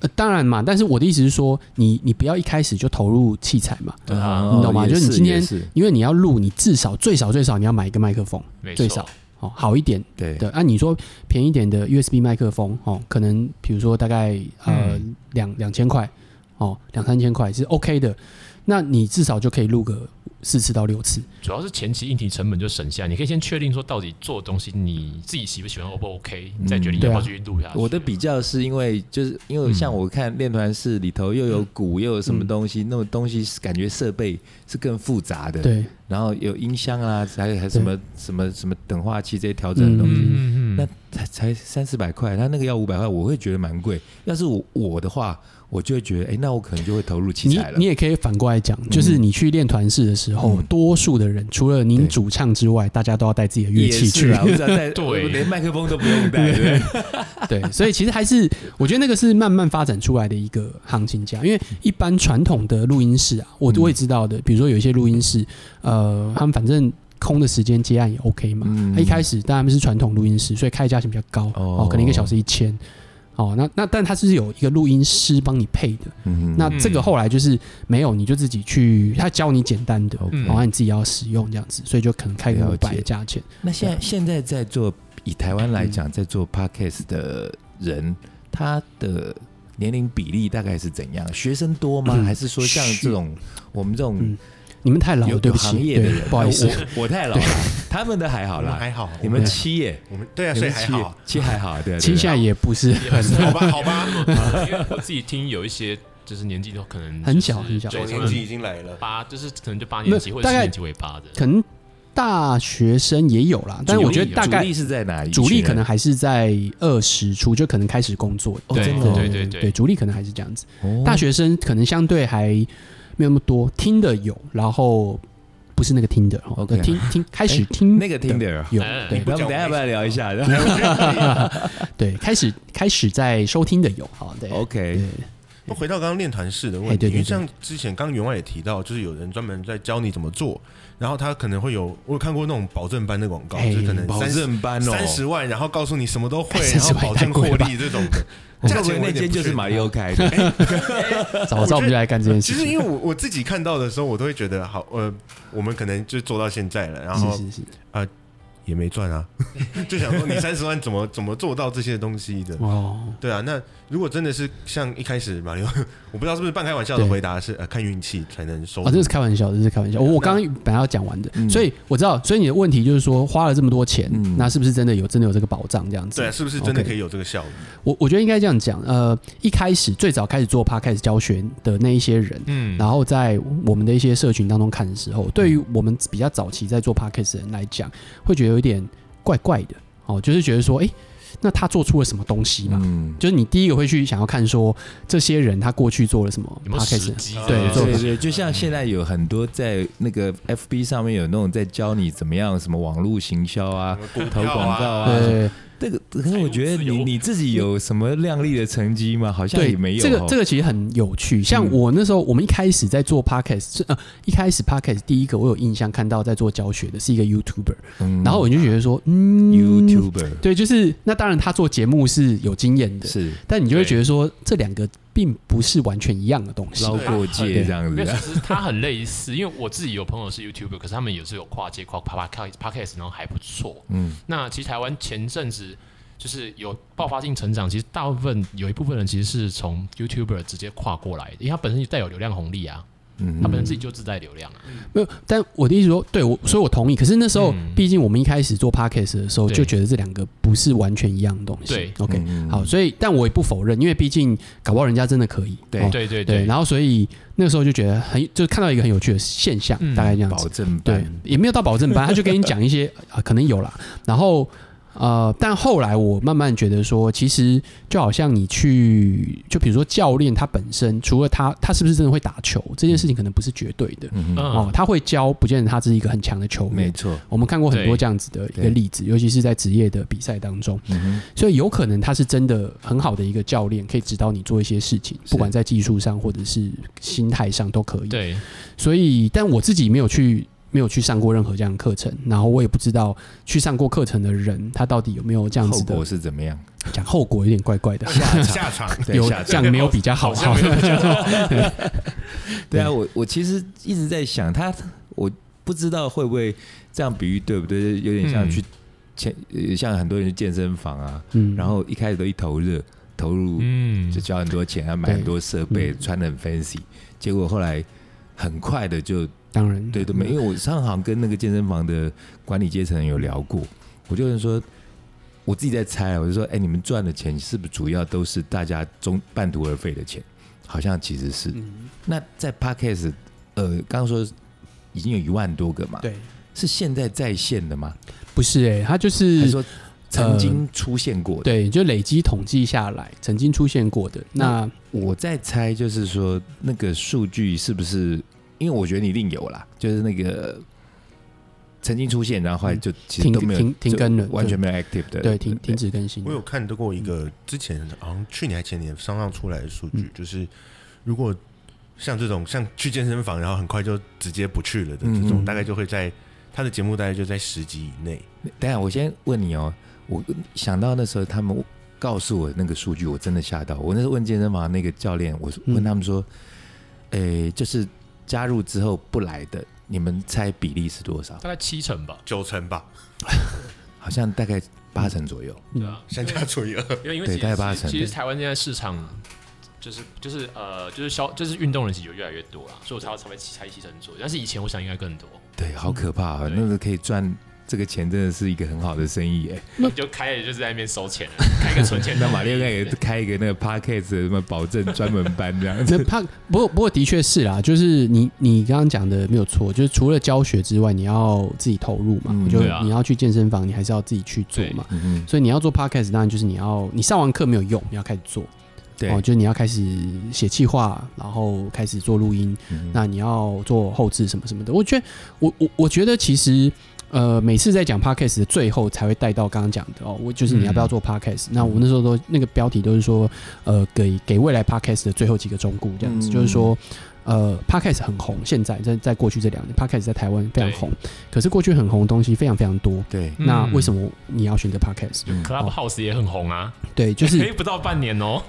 Speaker 4: 呃，当然嘛，但是我的意思是说，你你不要一开始就投入器材嘛，
Speaker 2: 对啊
Speaker 3: 哦
Speaker 4: 你懂吗
Speaker 3: 也
Speaker 4: 就是你
Speaker 3: 是
Speaker 4: 今天
Speaker 3: 也是
Speaker 4: 因为你要录，你至少最少最少你要买一个麦克风，
Speaker 2: 没
Speaker 4: 最
Speaker 2: 错
Speaker 4: 少，哦，好一点
Speaker 3: 对
Speaker 4: 的。啊按、你说便宜一点的 USB 麦克风哦，可能比如说大概呃
Speaker 2: 嗯
Speaker 4: 两两千块哦，两三千块是 OK 的，那你至少就可以录个四次到六次。
Speaker 2: 主要是前期硬体成本就省下，你可以先确定说到底做的东西你自己喜不喜欢，O 不 OK，
Speaker 3: 嗯
Speaker 2: 再决定要不要
Speaker 4: 对
Speaker 2: 继续录下去。
Speaker 3: 我的比较是因为就是因为像
Speaker 2: 嗯
Speaker 3: 我看练团室里头又有鼓又有什么东西，那种东西是感觉设备是更复杂的，
Speaker 4: 对，
Speaker 3: 然后有音箱啊，还有还有什么什么什么等化器这些调整的东西。
Speaker 2: 嗯嗯嗯，
Speaker 3: 那才才三四百块，他那个要五百块，我会觉得蛮贵。要是我我的话，我就会觉得，哎、那我可能就会投入器
Speaker 4: 你
Speaker 3: 材了。
Speaker 4: 你也可以反过来讲，就是你去练团式的时候，
Speaker 3: 嗯
Speaker 4: 多数的人除了您
Speaker 3: 对
Speaker 4: 主唱之外，大家都要带自己的乐器去。
Speaker 3: 也是啊啦，我只要带，
Speaker 2: 对
Speaker 3: 我连麦克风都不用带，对不对
Speaker 4: 对，所以其实还是我觉得那个是慢慢发展出来的一个行情价，因为一般传统的录音室啊，
Speaker 3: 嗯
Speaker 4: 我我也知道的，比如说有一些录音室，呃，他们反正空的时间接案也 OK 嘛，
Speaker 3: 嗯
Speaker 4: 他一开始当然他们是传统录音室，所以开价钱比较高
Speaker 3: 哦
Speaker 4: 哦，可能一个小时一千。哦，那那但他是有一个录音师帮你配的，
Speaker 3: 嗯
Speaker 4: 那这个后来就是没有，你就自己去，他教你简单的，
Speaker 3: OK
Speaker 4: 然后你自己要使用这样子，所以就可能开个
Speaker 3: 了
Speaker 4: 五
Speaker 3: 解
Speaker 4: 百的价钱。
Speaker 3: 那现在现在在做，以台湾来讲，在
Speaker 4: 嗯
Speaker 3: 做 podcast 的人，他的年龄比例大概是怎样？学生多吗？
Speaker 4: 嗯
Speaker 3: 还是说像这种我们这种
Speaker 4: 嗯你们太老了，
Speaker 3: 有
Speaker 4: 对
Speaker 3: 有
Speaker 4: 不起，
Speaker 3: 行业的
Speaker 4: 对
Speaker 3: 人，，
Speaker 4: 不好意思，嗯
Speaker 3: 我我太老了，他们的还好
Speaker 1: 我们
Speaker 3: 啦，
Speaker 1: 还好，
Speaker 3: 你们七耶，
Speaker 1: 我们对啊，
Speaker 3: 你
Speaker 1: 所
Speaker 3: 们
Speaker 1: 以还
Speaker 3: 七耶
Speaker 1: 好，
Speaker 3: 七还好，对啊，
Speaker 4: 其实
Speaker 3: 对
Speaker 4: 现
Speaker 3: 啊
Speaker 4: 在也不是
Speaker 2: 也不是
Speaker 1: 好吧，好吧，
Speaker 2: 因为我自己听有一些就是年纪都可能
Speaker 4: 很小
Speaker 2: 就是
Speaker 4: 很小
Speaker 2: 对
Speaker 1: 九
Speaker 2: 他
Speaker 1: 年
Speaker 2: 们
Speaker 1: 级已经来了，
Speaker 2: 八，就是可能就八年级
Speaker 4: 没有
Speaker 2: 或者七
Speaker 4: 大概
Speaker 2: 年级尾巴的，
Speaker 4: 可能大学生也有啦，但是我觉得大
Speaker 3: 主
Speaker 4: 概
Speaker 3: 力是在哪一群人？
Speaker 4: 主力可能还是在二十出，就可能开始工作。
Speaker 3: 哦真的哦
Speaker 2: 对
Speaker 4: 对
Speaker 2: 对
Speaker 4: 对，主力可能还是这样子。
Speaker 3: 哦
Speaker 4: 大学生可能相对还没有那么多，听的有，然后不是那个听的，哦
Speaker 3: OK 哎
Speaker 4: 听听开始听
Speaker 3: 那个听的。
Speaker 4: 有
Speaker 2: 哎，
Speaker 4: 对嗯
Speaker 3: 我们等一下要不要聊一下
Speaker 1: 啊
Speaker 4: 对，开始开始在收听的有，好 对
Speaker 1: 哦
Speaker 3: ？OK，
Speaker 4: 对
Speaker 1: 那回到刚刚练团式的
Speaker 4: 哎
Speaker 1: 问题，
Speaker 4: 对对
Speaker 1: 因为
Speaker 4: 对
Speaker 1: 像之前刚员外也提到，就是有人专门在教你怎么做，然后他可能会有，我有看过那种保证班的广告，
Speaker 4: 哎
Speaker 1: 就是可能
Speaker 3: 保
Speaker 1: 三十
Speaker 3: 证班哦，
Speaker 1: 三十万，然后告诉你什么都会，然后
Speaker 4: 30万
Speaker 1: 保证获利这种的。价
Speaker 3: 价
Speaker 1: 钱
Speaker 3: 钱
Speaker 1: 我
Speaker 3: 那
Speaker 1: 有点
Speaker 3: 间
Speaker 1: 不
Speaker 3: 就是
Speaker 1: 确定
Speaker 3: 马里奥开
Speaker 4: 哎
Speaker 3: 的，
Speaker 4: 早知道我们就来干这件
Speaker 1: 其
Speaker 4: 事
Speaker 1: 实
Speaker 4: 情。
Speaker 1: 因为我我自己看到的时候，我都会觉得好，呃，我们可能就做到现在了，然后
Speaker 4: 是是是，
Speaker 1: 也没赚啊， 就想说你三十万怎么怎么做到这些东西的？
Speaker 4: 哦，
Speaker 1: 对啊，那如果真的是像一开始马里奥，我不知道是不是半开玩笑的
Speaker 4: 对
Speaker 1: 回答是呃看运气才能收
Speaker 3: 哦
Speaker 1: 入，
Speaker 4: 啊，这是开玩笑，这是开玩笑。我我刚刚本来要讲完的，
Speaker 1: 嗯
Speaker 4: 所以我知道，所以你的问题就是说，花了这么多钱，
Speaker 3: 嗯
Speaker 4: 那是不是真的有真的有这个保障这样子？
Speaker 1: 对啊，是不是真的
Speaker 4: OK
Speaker 1: 可以有这个效益？
Speaker 4: 我我觉得应该这样讲，呃，一开始最早开始做 podcast 教学的那一些人，
Speaker 2: 嗯，
Speaker 4: 然后在我们的一些社群当中看的时候，对于我们比较早期在做 podcast 的人来讲，会觉得有一点怪怪的哦，就是觉得说，诶，那他做出了什么东西嘛？
Speaker 3: 嗯，
Speaker 4: 就是你第一个会去想要看说，这些人他过去做了什么
Speaker 2: 有没有时
Speaker 4: podcast，
Speaker 2: 机？啊
Speaker 4: 对做
Speaker 3: 对对，就像现在有很多在那个 FB 上面有那种在教你怎么样什么网络行销啊，
Speaker 1: 什么股
Speaker 3: 投
Speaker 1: 票
Speaker 3: 广告
Speaker 1: 啊，
Speaker 3: 啊
Speaker 4: 对
Speaker 3: 这个可是我觉得
Speaker 2: 财务自
Speaker 3: 你
Speaker 2: 由
Speaker 3: 你自己有什么亮丽的成绩吗？好像
Speaker 4: 对
Speaker 3: 也，没有哦。
Speaker 4: 这个这个其实很有趣。像
Speaker 3: 嗯
Speaker 4: 我那时候，我们一开始在做 podcast，是呃，一开始 podcast 第一个我有印象看到在做教学的是一个 YouTuber，
Speaker 3: 嗯，
Speaker 4: 然后我就觉得说，嗯
Speaker 3: YouTuber
Speaker 4: 对，就是那当然他做节目是有经验的，
Speaker 3: 是
Speaker 4: 但你就会觉得说这两个并不是完全一样的东西。
Speaker 3: 捞过界这样
Speaker 2: 没
Speaker 3: 子啊
Speaker 2: 有，，其实它很类似，因为我自己有朋友是 YouTuber，可是他们也是有跨界跨 podcast podcast，然后还不错。
Speaker 3: 嗯
Speaker 2: 那其实台湾前阵子就是有爆发性成长，其实大部分有一部分人其实是从 YouTuber 直接跨过来的，因为他本身就带有流量红利啊，
Speaker 3: 嗯
Speaker 2: 他本身自己就自带流量啊。
Speaker 4: 没有，但我的意思说，对我，所以我同意。可是那时候，
Speaker 2: 嗯
Speaker 4: 毕竟我们一开始做 podcast 的时候，
Speaker 2: 对
Speaker 4: 就觉得这两个不是完全一样的东西。
Speaker 2: 对
Speaker 4: ，OK，、
Speaker 3: 嗯
Speaker 4: 好，所以但我也不否认，因为毕竟搞不好人家真的可以。
Speaker 3: 对
Speaker 4: 哦
Speaker 2: 对对
Speaker 4: 对，
Speaker 2: 对，
Speaker 4: 然后所以那个时候就觉得很，就看到一个很有趣的现象，
Speaker 2: 嗯
Speaker 4: 大概这样
Speaker 3: 保
Speaker 4: 子。
Speaker 3: 证
Speaker 4: 对
Speaker 3: 版，
Speaker 4: 也没有到保证班，他就跟你讲一些 啊、可能有啦。然后呃，但后来我慢慢觉得说，其实就好像你去，就比如说教练他本身，除了他他是不是真的会打球这件事情，可能不是绝对的、
Speaker 3: 嗯哼，
Speaker 4: 哦
Speaker 2: 嗯。。
Speaker 4: 他会教，不见得他是一个很强的球
Speaker 3: 没
Speaker 4: 员。
Speaker 3: 错，
Speaker 4: 我们看过很多
Speaker 2: 对
Speaker 4: 这样子的一个
Speaker 3: 对
Speaker 4: 例子，尤其是在职业的比赛当中，
Speaker 3: 嗯哼，
Speaker 4: 所以有可能他是真的很好的一个教练，可以指导你做一些事情，
Speaker 3: 是
Speaker 4: 不管在技术上或者是心态上都可以。
Speaker 2: 对，
Speaker 4: 所以，但我自己没有去没有去上过任何这样的课程，然后我也不知道去上过课程的人他到底有没有这样
Speaker 3: 后
Speaker 4: 子的
Speaker 3: 果是怎么样？
Speaker 4: 讲后果有点怪怪的，
Speaker 1: 下场
Speaker 3: 对
Speaker 4: 有
Speaker 3: 下
Speaker 4: 这样没有比较好，
Speaker 2: 像没有比较好
Speaker 3: 对啊，我我其实一直在想，他我不知道会不会这样比喻对不对？有点像
Speaker 2: 嗯
Speaker 3: 去前、呃像很多人去健身房啊，
Speaker 4: 嗯，
Speaker 3: 然后一开始都一头热，投入
Speaker 2: 嗯
Speaker 3: 就，交很多钱啊，买很多设备，
Speaker 4: 嗯
Speaker 3: 穿的很 fancy，结果后来很快的就
Speaker 4: 当然
Speaker 3: 对都没，因为我上行跟那个健身房的管理阶层有聊过，我就是说。我自己在猜啊，我就说，哎、你们赚的钱是不是主要都是大家中半途而废的钱？好像其实是，
Speaker 4: 嗯，
Speaker 3: 那在 Podcast，呃，刚刚说已经有一万多个嘛，，
Speaker 4: 对，
Speaker 3: 是现在在线的吗？
Speaker 4: 不是哎、他就
Speaker 3: 还是
Speaker 4: 是呃
Speaker 3: 说曾经出现过的？
Speaker 4: 对，就累积统计下来曾经出现过的那
Speaker 3: 我在猜，就是说那个数据是不是？因为我觉得你一定有啦，就是那个曾经出现，然后后来就其实
Speaker 4: 停
Speaker 3: 都没有
Speaker 4: 停停更了
Speaker 3: 就完全没有 active 的，
Speaker 4: 对停停止更新
Speaker 1: 我，有看到过一个之前好像去年还前年商上出来的数据，
Speaker 4: 嗯
Speaker 1: 就是如果像这种像去健身房，然后很快就直接不去了的
Speaker 3: 嗯
Speaker 1: 这种，
Speaker 3: 嗯
Speaker 1: 大概就会在他的节目大概就在十集以内。
Speaker 3: 等一下，我先问你哦，我想到那时候他们告诉我那个数据，我真的吓到。我那时候问健身房那个教练，我
Speaker 4: 嗯
Speaker 3: 问他们说，诶、就是加入之后不来的，你们猜比例是多少？
Speaker 2: 大概七成吧。
Speaker 1: 九成吧，
Speaker 3: 好像大概八成左右。
Speaker 4: 嗯
Speaker 2: 对啊，
Speaker 1: 三加除以二，
Speaker 2: 因为因为
Speaker 3: 对
Speaker 2: 其
Speaker 3: 大概
Speaker 2: 实
Speaker 3: 八
Speaker 2: 其实
Speaker 3: 成
Speaker 2: 其实台湾现在市场就是就是呃就是消就是运动人其实就越来越多了，所以我才要才会才七成左右。但是以前我想应该更多，
Speaker 3: 对，
Speaker 4: 嗯
Speaker 3: 好可怕啊！
Speaker 2: 对
Speaker 3: 那个可以赚这个钱，真的是一个很好的生意 哎。
Speaker 2: 你就开了就是在那边收钱了， 开个存 钱的。
Speaker 3: 那马里奥也开一个那个 p a c k a g e 什么保证专门班这 样子。
Speaker 4: 那怕不过不过的确是啦，就是你你刚刚讲的没有错，就是除了教学之外，你要自己投入嘛，
Speaker 3: 嗯
Speaker 4: 就
Speaker 2: 对啊
Speaker 4: 你要去健身房，你还是要自己去做嘛。
Speaker 3: 嗯
Speaker 4: 所以你要做 podcast，当然就是你要你上完课没有用，你要开始做
Speaker 3: 哼，对，
Speaker 4: 哦，就是你要开始写企划，然后开始做录音，
Speaker 3: 嗯哼
Speaker 4: 那你要做后置什么什么的。我觉得我我我觉得其实。呃，每次在讲 podcast 的最后才会带到刚刚讲的哦，我就是
Speaker 3: 嗯
Speaker 4: 你要不要做 podcast？、那我那时候都那个标题都是说，呃，给给未来 podcast 的最后几个忠告这样子，
Speaker 3: 嗯
Speaker 4: 就是说，呃，podcast 很红，现在在在过去这两年，podcast 在台湾非常
Speaker 2: 对
Speaker 4: 红，可是过去很红的东西非常非常多，
Speaker 3: 对，嗯
Speaker 4: 那为什
Speaker 2: 么
Speaker 4: 么你要选择 podcast？
Speaker 2: Clubhouse 也很红啊？
Speaker 4: 对，就
Speaker 2: 哎
Speaker 4: 是
Speaker 2: 不到半年哦。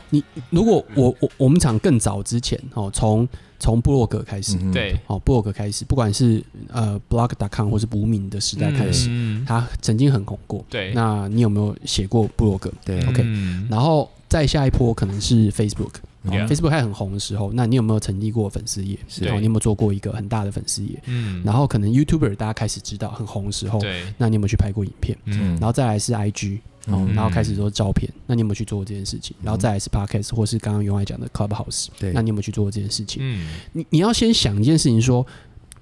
Speaker 4: 如果我我我们厂更早之前哦，从从部落格开始，
Speaker 3: 嗯
Speaker 2: 对，
Speaker 4: 哦，部落格开始，不管是呃 blog.com 或是无名的时代开始，
Speaker 2: 嗯，
Speaker 4: 它曾经很红过。
Speaker 2: 对，
Speaker 4: 那你有没有写过部落格？
Speaker 3: 对
Speaker 4: ，OK
Speaker 2: 嗯
Speaker 4: 然后再下一波可能是 Facebook。哦
Speaker 2: Yeah
Speaker 4: Facebook 还很红的时候，那你有没有成立过粉丝页？
Speaker 3: 是
Speaker 4: 哦，
Speaker 2: 对
Speaker 4: 你有没有做过一个很大的粉丝页？
Speaker 2: 嗯，
Speaker 4: 然后可能 YouTuber 大家开始知道很红的时候，
Speaker 2: 对，
Speaker 4: 那你有没有去拍过影片？
Speaker 3: 嗯
Speaker 4: 然后再来是 IG，哦，
Speaker 3: 嗯
Speaker 4: 然后开始做照片，那你有没有去做这件事情？然后再来是 Podcast 或是刚刚永爱讲的 Clubhouse，
Speaker 3: 对
Speaker 4: 那你有没有去做这件事情？
Speaker 2: 嗯，
Speaker 4: 你你要先想一件事情说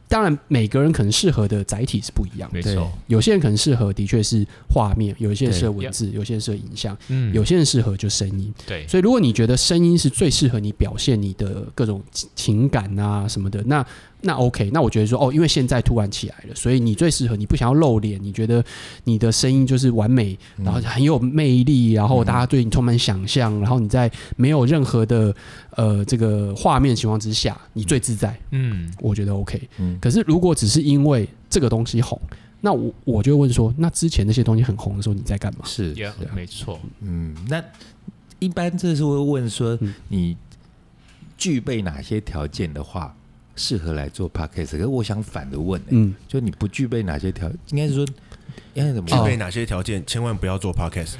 Speaker 4: 当然每个人可能适合的载体是不一样的，
Speaker 2: 没错，
Speaker 4: 有些人可能适合的确是画面，有一些人适合
Speaker 2: 对
Speaker 4: 文字，有些人适合影像，
Speaker 2: 嗯，
Speaker 4: 有些人适合就声音。
Speaker 2: 对，
Speaker 4: 所以，如果你觉得声音是最适合你表现你的各种情情感啊什么的，那那 OK，那我觉得说哦，因为现在突然起来了，所以你最适合，你不想要露脸，你觉得你的声音就是完美，
Speaker 2: 嗯
Speaker 4: 然后很有魅力，然后大家对你充满想象，然后你在没有任何的呃这个画面情况之下，你最自在，
Speaker 2: 嗯，
Speaker 4: 我觉得 OK。
Speaker 3: 嗯
Speaker 4: 可是如果只是因为这个东西红，那我我就会问说，那之前那些东西很红的时候你在干嘛？
Speaker 3: 是啊
Speaker 2: 也没错，
Speaker 3: 嗯，那一般这是会问说
Speaker 4: 嗯
Speaker 3: 你具备哪些条件的话，适合来做 podcast。可是我想反的问、欸，
Speaker 4: 嗯，
Speaker 3: 就你不具备哪些条，应该是说应该是怎么
Speaker 1: 具
Speaker 4: 哦
Speaker 3: 说
Speaker 1: 备哪些条件，千万不要做 podcast。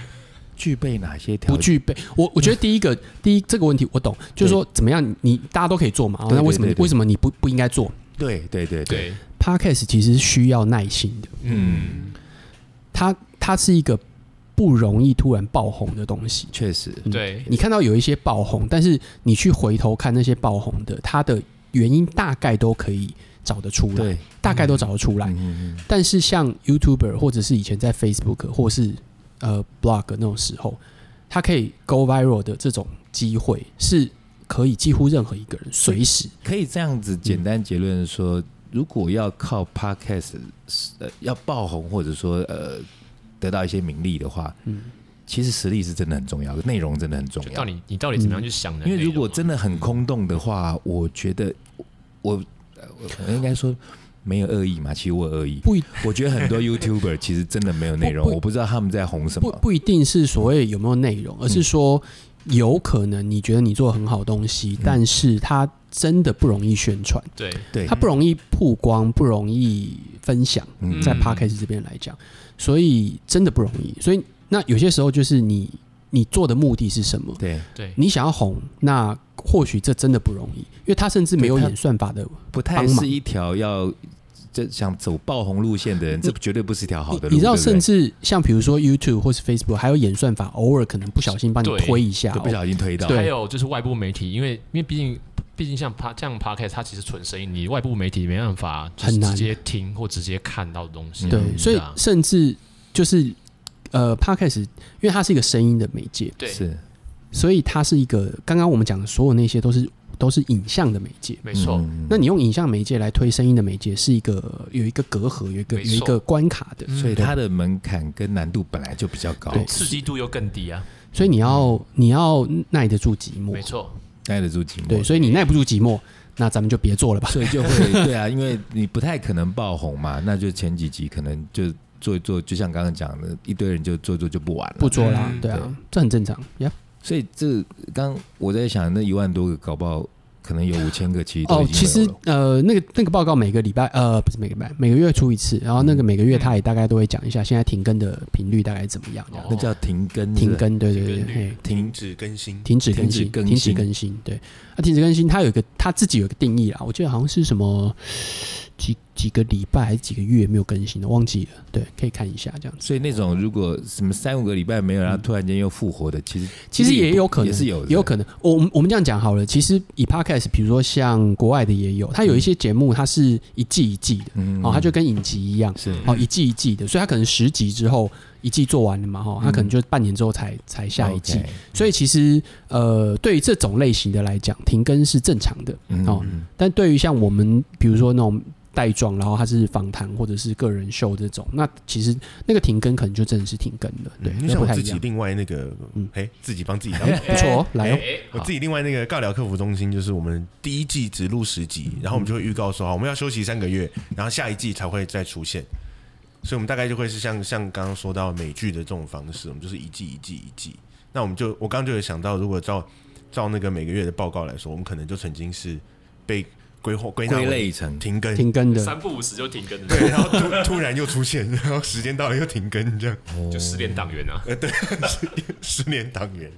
Speaker 3: 具备哪些条
Speaker 4: 不
Speaker 3: 件？
Speaker 4: 具备。我我觉得
Speaker 3: 嗯
Speaker 4: 第一个第一这个问题我懂，就是说怎么样你大家都可以做嘛，啊
Speaker 3: 对
Speaker 4: 那为什么
Speaker 3: 对
Speaker 4: 你
Speaker 3: 对
Speaker 4: 为什么你不不应该做
Speaker 3: 对对对对，
Speaker 2: 对，
Speaker 4: ？Podcast 其实需要耐心的，
Speaker 2: 嗯，
Speaker 4: 它它是一个不容易突然爆红的东西。
Speaker 3: 确实，
Speaker 4: 嗯
Speaker 2: 对，
Speaker 4: 你看到有一些爆红，但是你去回头看那些爆红的，它的原因大概都可以找得出来，
Speaker 3: 对，
Speaker 4: 大概都找得出来。
Speaker 3: 嗯嗯
Speaker 4: 但是像 YouTuber 或者是以前在 Facebook 或是呃 Blog 那种时候，他可以 go viral 的这种机会是可以几乎任何一个人随时
Speaker 3: 可以这样子简单结论说，如果要靠 podcast 呃要爆红，或者说呃得到一些名利的话，
Speaker 4: 嗯
Speaker 3: 其实实力是真的很重要，内容真的很重
Speaker 2: 就
Speaker 3: 要
Speaker 2: 到。底你到底怎么样去想的内
Speaker 3: 嗯因
Speaker 2: 容啊？
Speaker 3: 为如果真的很空洞的话，我觉得我呃我可能应该说没有恶意嘛，其实我有恶意。
Speaker 4: 不一
Speaker 3: 我觉得很 多 YouTuber 其实真的没有内容，
Speaker 4: 不不
Speaker 3: 我不知道他们在红什
Speaker 4: 不
Speaker 3: 么。
Speaker 4: 不一定是所谓有没有内容，而是说有可能你觉得你做很好东西，但是它真的不容易宣传，
Speaker 2: 对，
Speaker 3: 对，
Speaker 4: 它不容易曝光，不容易分享。
Speaker 3: 嗯
Speaker 4: 在
Speaker 2: 嗯
Speaker 4: podcast 这边来讲，所以真的不容易。所以那有些时候就是你你做的目的是什么？
Speaker 3: 对
Speaker 2: 对，
Speaker 4: 你想要红，那或许这真的不容易，因为他甚至没有
Speaker 3: 对他
Speaker 4: 演算法的，
Speaker 3: 不太
Speaker 4: 帮忙
Speaker 3: 是一条要这想走爆红路线的 人，这绝对不是一条好的路。
Speaker 4: 你你知道，
Speaker 3: 对不对
Speaker 4: 甚至像比如说 YouTube 或是 Facebook，还有演算法，偶尔可能不小心帮你
Speaker 2: 对
Speaker 4: 推一下
Speaker 3: 就不
Speaker 4: 哦，
Speaker 3: 小心推到。
Speaker 4: 对
Speaker 2: 还有就是外部媒体，因为因为毕竟毕竟像 p 像 podcast 它其实纯声音，你外部媒体没办法就是
Speaker 4: 很难
Speaker 2: 直接听或直接看到的东西啊。
Speaker 4: 对，
Speaker 3: 嗯
Speaker 4: 所以
Speaker 2: 啊
Speaker 4: 甚至就是呃 podcast，因为它是一个声音的媒介，
Speaker 2: 对，
Speaker 3: 是
Speaker 4: 所以它是一个刚刚我们讲的所有那些都是都是影像的媒介。
Speaker 2: 没错，
Speaker 3: 嗯
Speaker 4: 那你用影像媒介来推声音的媒介，是一个有一个隔阂，有一个
Speaker 2: 没
Speaker 4: 有
Speaker 2: 错
Speaker 4: 一个关卡的，
Speaker 2: 嗯
Speaker 3: 所以它的门槛跟难度本来就比较高，
Speaker 4: 对
Speaker 2: 刺激度又更低啊，
Speaker 4: 所以你要你要耐得住寂寞
Speaker 2: 没，错，
Speaker 3: 耐得住寂寞。
Speaker 4: 对，所以你耐不住寂寞，那咱们就别做了吧。
Speaker 3: 所以就会 对啊，因为你不太可能爆红嘛，那就前几集可能就做一做，就像刚刚讲的，一堆人就做一做就不玩了。
Speaker 4: 不做啦
Speaker 2: 嗯，
Speaker 4: 对
Speaker 3: 对
Speaker 4: 啊，这很正常呀。
Speaker 3: 所以这刚我在想，那一万多个搞不好可能有五千个，其实都
Speaker 4: 哦
Speaker 3: 已，经
Speaker 4: 其实
Speaker 3: 有了
Speaker 4: 呃，那个那个报告每个礼拜呃不是每个礼拜，每个月出一次，然后那个每个月他也大概都会讲一下现在停更的频率大概怎么样，这样
Speaker 2: 哦
Speaker 3: 那叫停更，
Speaker 4: 停
Speaker 3: 是吧
Speaker 4: 更，对对对，
Speaker 2: 停更率
Speaker 4: 嘿
Speaker 1: 停止更新，
Speaker 4: 停止更
Speaker 3: 停止
Speaker 4: 新，
Speaker 3: 更
Speaker 4: 停止
Speaker 3: 新
Speaker 4: 更新，对，那停止更新它有一个它自己有一个定义啦，我记得好像是什么几几个礼拜还是几个月没有更新的，忘记了，对，可以看一下这样子。
Speaker 3: 所以那种如果什么三五个礼拜没有，然后突然间又复活的，其实
Speaker 4: 其实也有可能
Speaker 3: 也是有的
Speaker 4: 也有可能，我我们我们这样讲好了，其实以 podcast，比如说像国外的也有，它有一些节目它是一季一季的，
Speaker 3: 嗯
Speaker 4: 哦，它就跟影集一样。
Speaker 3: 是
Speaker 4: 哦，一季一季的，所以它可能十集之后一季做完了嘛，哈、哦，它可能就半年之后才才下一季，
Speaker 3: OK，
Speaker 4: 所以其实呃，对于这种类型的来讲，停更是正常的，
Speaker 3: 嗯
Speaker 4: 哦但对于像我们，比如说那种带状，然后它是访谈或者是个人秀这种，那其实那个停更可能就真的是停更了，对，
Speaker 1: 嗯因为
Speaker 4: 那
Speaker 1: 像
Speaker 4: 不
Speaker 1: 我
Speaker 4: 太
Speaker 1: 自
Speaker 4: 一
Speaker 1: 己
Speaker 4: 样。
Speaker 1: 另外那个
Speaker 4: 嗯，
Speaker 1: 哎，自己帮自己当
Speaker 4: 哎，不错哦，来哦，
Speaker 2: 哎
Speaker 1: 我自己另外那个尬聊客服中心，就是我们第一季只录十集，
Speaker 3: 嗯
Speaker 1: 然后我们就会预告说，好，我们要休息三个月，然后下一季才会再出现。所以，我们大概就会是像像刚刚说到美剧的这种方式，我们就是一季一季一季。那我们就我刚刚就有想到，如果照照那个每个月的报告来说，我们可能就曾经是被规划归纳
Speaker 3: 归
Speaker 1: 为
Speaker 3: 类成
Speaker 1: 停更，
Speaker 4: 停更的，
Speaker 2: 三不五时就停更的，
Speaker 1: 对，然后突突然又出现，然后时间到了又停更，这样
Speaker 2: 就失联党员啊。
Speaker 1: 失联党员。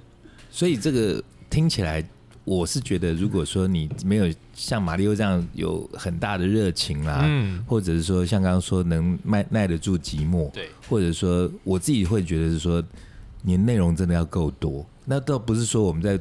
Speaker 3: 所以这个听起来，我是觉得，如果说你没有像马里奥这样有很大的热情啦，
Speaker 2: 嗯
Speaker 3: 或者是说像刚刚说能耐耐得住寂寞，
Speaker 2: 对，
Speaker 3: 或者说我自己会觉得是说，你内容真的要够多。那倒不是说我们在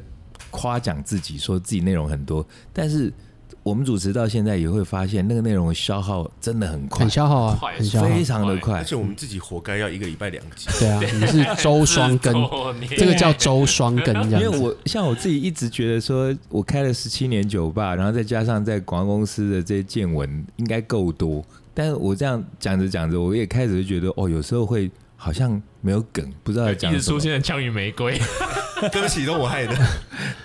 Speaker 3: 夸奖自己，说自己内容很多，但是我们主持到现在也会发现，那个内容的消耗真的很快
Speaker 4: 很，消耗啊，
Speaker 2: 快
Speaker 4: 很消耗。
Speaker 3: 非常的
Speaker 1: 而
Speaker 3: 快。
Speaker 1: 且我们自己活该要一个礼拜两集，
Speaker 4: 对啊，你是周 双更，
Speaker 2: 哦
Speaker 4: 这个叫周双更这
Speaker 3: 因为
Speaker 4: 样子。
Speaker 3: 我像我自己一直觉得说，我开了十七年酒吧，然后再加上在广告公司的这些见闻应该够多，但是我这样讲着讲着，我也开始就觉得哦，有时候会好像没有梗，不知道要
Speaker 2: 一
Speaker 3: 讲
Speaker 2: 直
Speaker 3: 什
Speaker 2: 出
Speaker 3: 么。
Speaker 2: 现枪与玫瑰，
Speaker 1: 对不起，都我害的。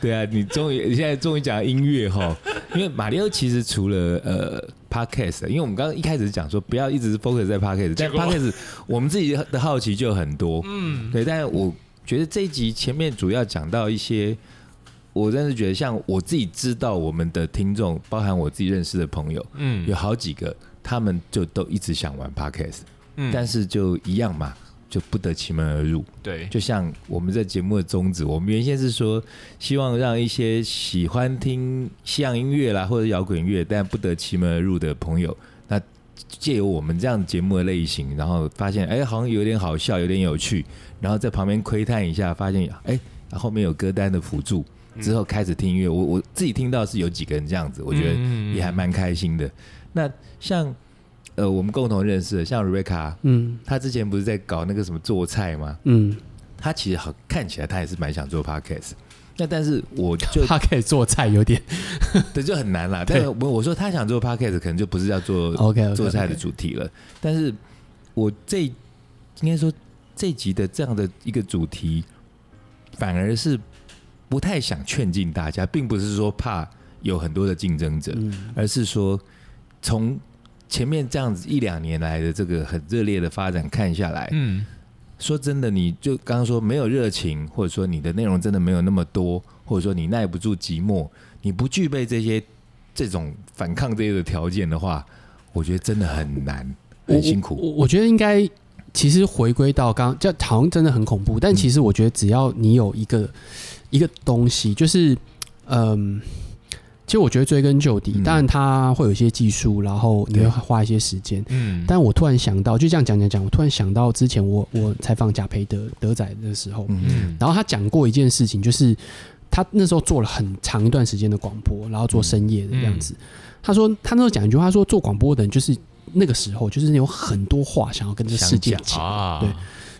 Speaker 3: 对啊，你终于你现在终于讲音乐 哈，因为马里奥其实除了呃 podcast，因为我们刚刚一开始讲说不要一直是 focus 在 podcast，但
Speaker 2: 结果
Speaker 3: podcast 我们自己的好奇就很多，
Speaker 2: 嗯，
Speaker 3: 对，但是我觉得这一集前面主要讲到一些，我真是觉得像我自己知道我们的听众，包含我自己认识的朋友，
Speaker 2: 嗯
Speaker 3: 有好几个他们就都一直想玩 podcast，、
Speaker 2: 嗯
Speaker 3: 但是就一样嘛，就不得其门而入。
Speaker 2: 对，
Speaker 3: 就像我们这节目的宗旨，我们原先是说希望让一些喜欢听西洋音乐啦或者摇滚乐但不得其门而入的朋友，那借由我们这样节目的类型，然后发现哎、好像有点好笑，有点有趣，然后在旁边窥探一下，发现哎、后面有歌单的辅助，之后开始听音乐。我我自己听到是有几个人这样子，我觉
Speaker 2: 嗯
Speaker 3: 得也还蛮开心的。那像呃我们共同认识的，像 Rebecca，
Speaker 4: 嗯
Speaker 3: 她之前不是在搞那个什么做菜吗？
Speaker 4: 嗯，
Speaker 3: 他其实好看起来他也是蛮想做 podcast，那但是我 就
Speaker 4: 他可以做菜有点
Speaker 3: 对就很难啦。
Speaker 4: 对哦
Speaker 3: 但是我我说他想做 podcast，可能就不是要做
Speaker 4: OK，
Speaker 3: 做菜的主题了。但是我这应该说这集的这样的一个主题，反而是不太想劝进大家，并不是说怕有很多的竞争者，
Speaker 4: 嗯
Speaker 3: 而是说从前面这样子一两年来的这个很热烈的发展看下来，
Speaker 2: 嗯
Speaker 3: 说真的，你就刚刚说没有热情，或者说你的内容真的没有那么多，或者说你耐不住寂寞，你不具备这些这种反抗这些的条件的话，我觉得真的很难，很辛
Speaker 4: 我
Speaker 3: 苦。
Speaker 4: 我我觉得应该其实回归到刚这好像真的很恐怖，
Speaker 3: 嗯
Speaker 4: 但其实我觉得只要你有一个一个东西，就是嗯。其实我觉得追根究底，
Speaker 3: 嗯
Speaker 4: 当然它会有一些技术，然后你会
Speaker 3: 对
Speaker 4: 花一些时间，
Speaker 2: 嗯，
Speaker 4: 但我突然想到，就这样讲讲讲，我突然想到之前我我采访贾培德德仔的时候，
Speaker 3: 嗯
Speaker 4: 然后他讲过一件事情，就是他那时候做了很长一段时间的广播，然后做深夜的这样子。
Speaker 3: 嗯
Speaker 4: 他说他那时候讲一句话，他说做广播的人就是那个时候就是有很多话想要跟这世界
Speaker 3: 想
Speaker 4: 讲，
Speaker 2: 啊，
Speaker 4: 对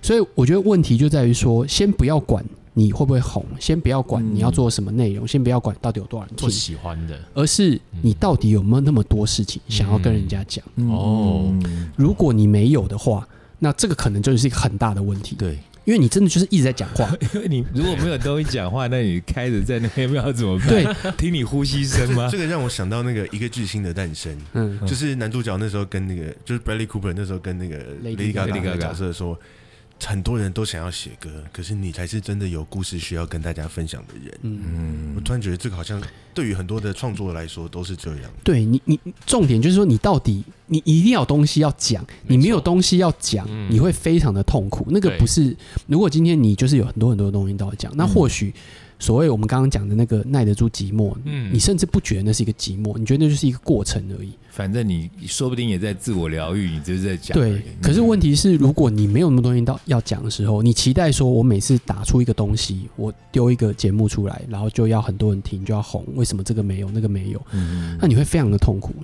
Speaker 4: 所以我觉得问题就在于说，先不要管你会不会红，先不要管
Speaker 3: 嗯
Speaker 4: 你要做什么内容，先不要管到底有多少人
Speaker 2: 做
Speaker 4: 听。
Speaker 2: 喜欢的，
Speaker 4: 而是你到底有没有那么多事情想要跟人家讲？
Speaker 3: 嗯
Speaker 2: 哦
Speaker 3: 嗯
Speaker 4: 如果你没有的话，那这个可能就是一个很大的问题。，
Speaker 3: 对，
Speaker 4: 因为你真的就是一直在讲 话，
Speaker 3: 因为你如果没有东西讲话，那你开着在那边不知道怎么办？
Speaker 4: 对，
Speaker 3: 听你呼吸声 吗
Speaker 1: 这？个让我想到那个一个巨星的诞生，
Speaker 4: 嗯，
Speaker 1: 就是男主角那时候跟那个就是 Bradley Cooper 那时候跟那个
Speaker 4: Lady
Speaker 1: Lady
Speaker 3: Gaga
Speaker 1: Gaga 的角色说，很多人都想要写歌，可是你才是真的有故事需要跟大家分享的人。
Speaker 3: 嗯
Speaker 1: 我突然觉得这个好像对于很多的创作来说都是这样。
Speaker 4: 对你，你重点就是说，你到底你一定要有东西要讲，你没有东西要讲，
Speaker 2: 嗯
Speaker 4: 你会非常的痛苦。那个
Speaker 2: 对
Speaker 4: 不是，如果今天你就是有很多很多东西都要讲，那或许所谓我们刚刚讲的那个耐得住寂寞，
Speaker 2: 嗯
Speaker 4: 你甚至不觉得那是一个寂寞，你觉得那就是一个过程而已。
Speaker 3: 反正你说不定也在自我疗愈，你就是在讲而已。
Speaker 4: 对，可是问题是，如果你没有那么多东西到要讲的时候，你期待说，我每次打出一个东西，我丢一个节目出来，然后就要很多人听，就要红，为什么这个没有，那个没有？
Speaker 3: 嗯，
Speaker 4: 那你会非常的痛苦。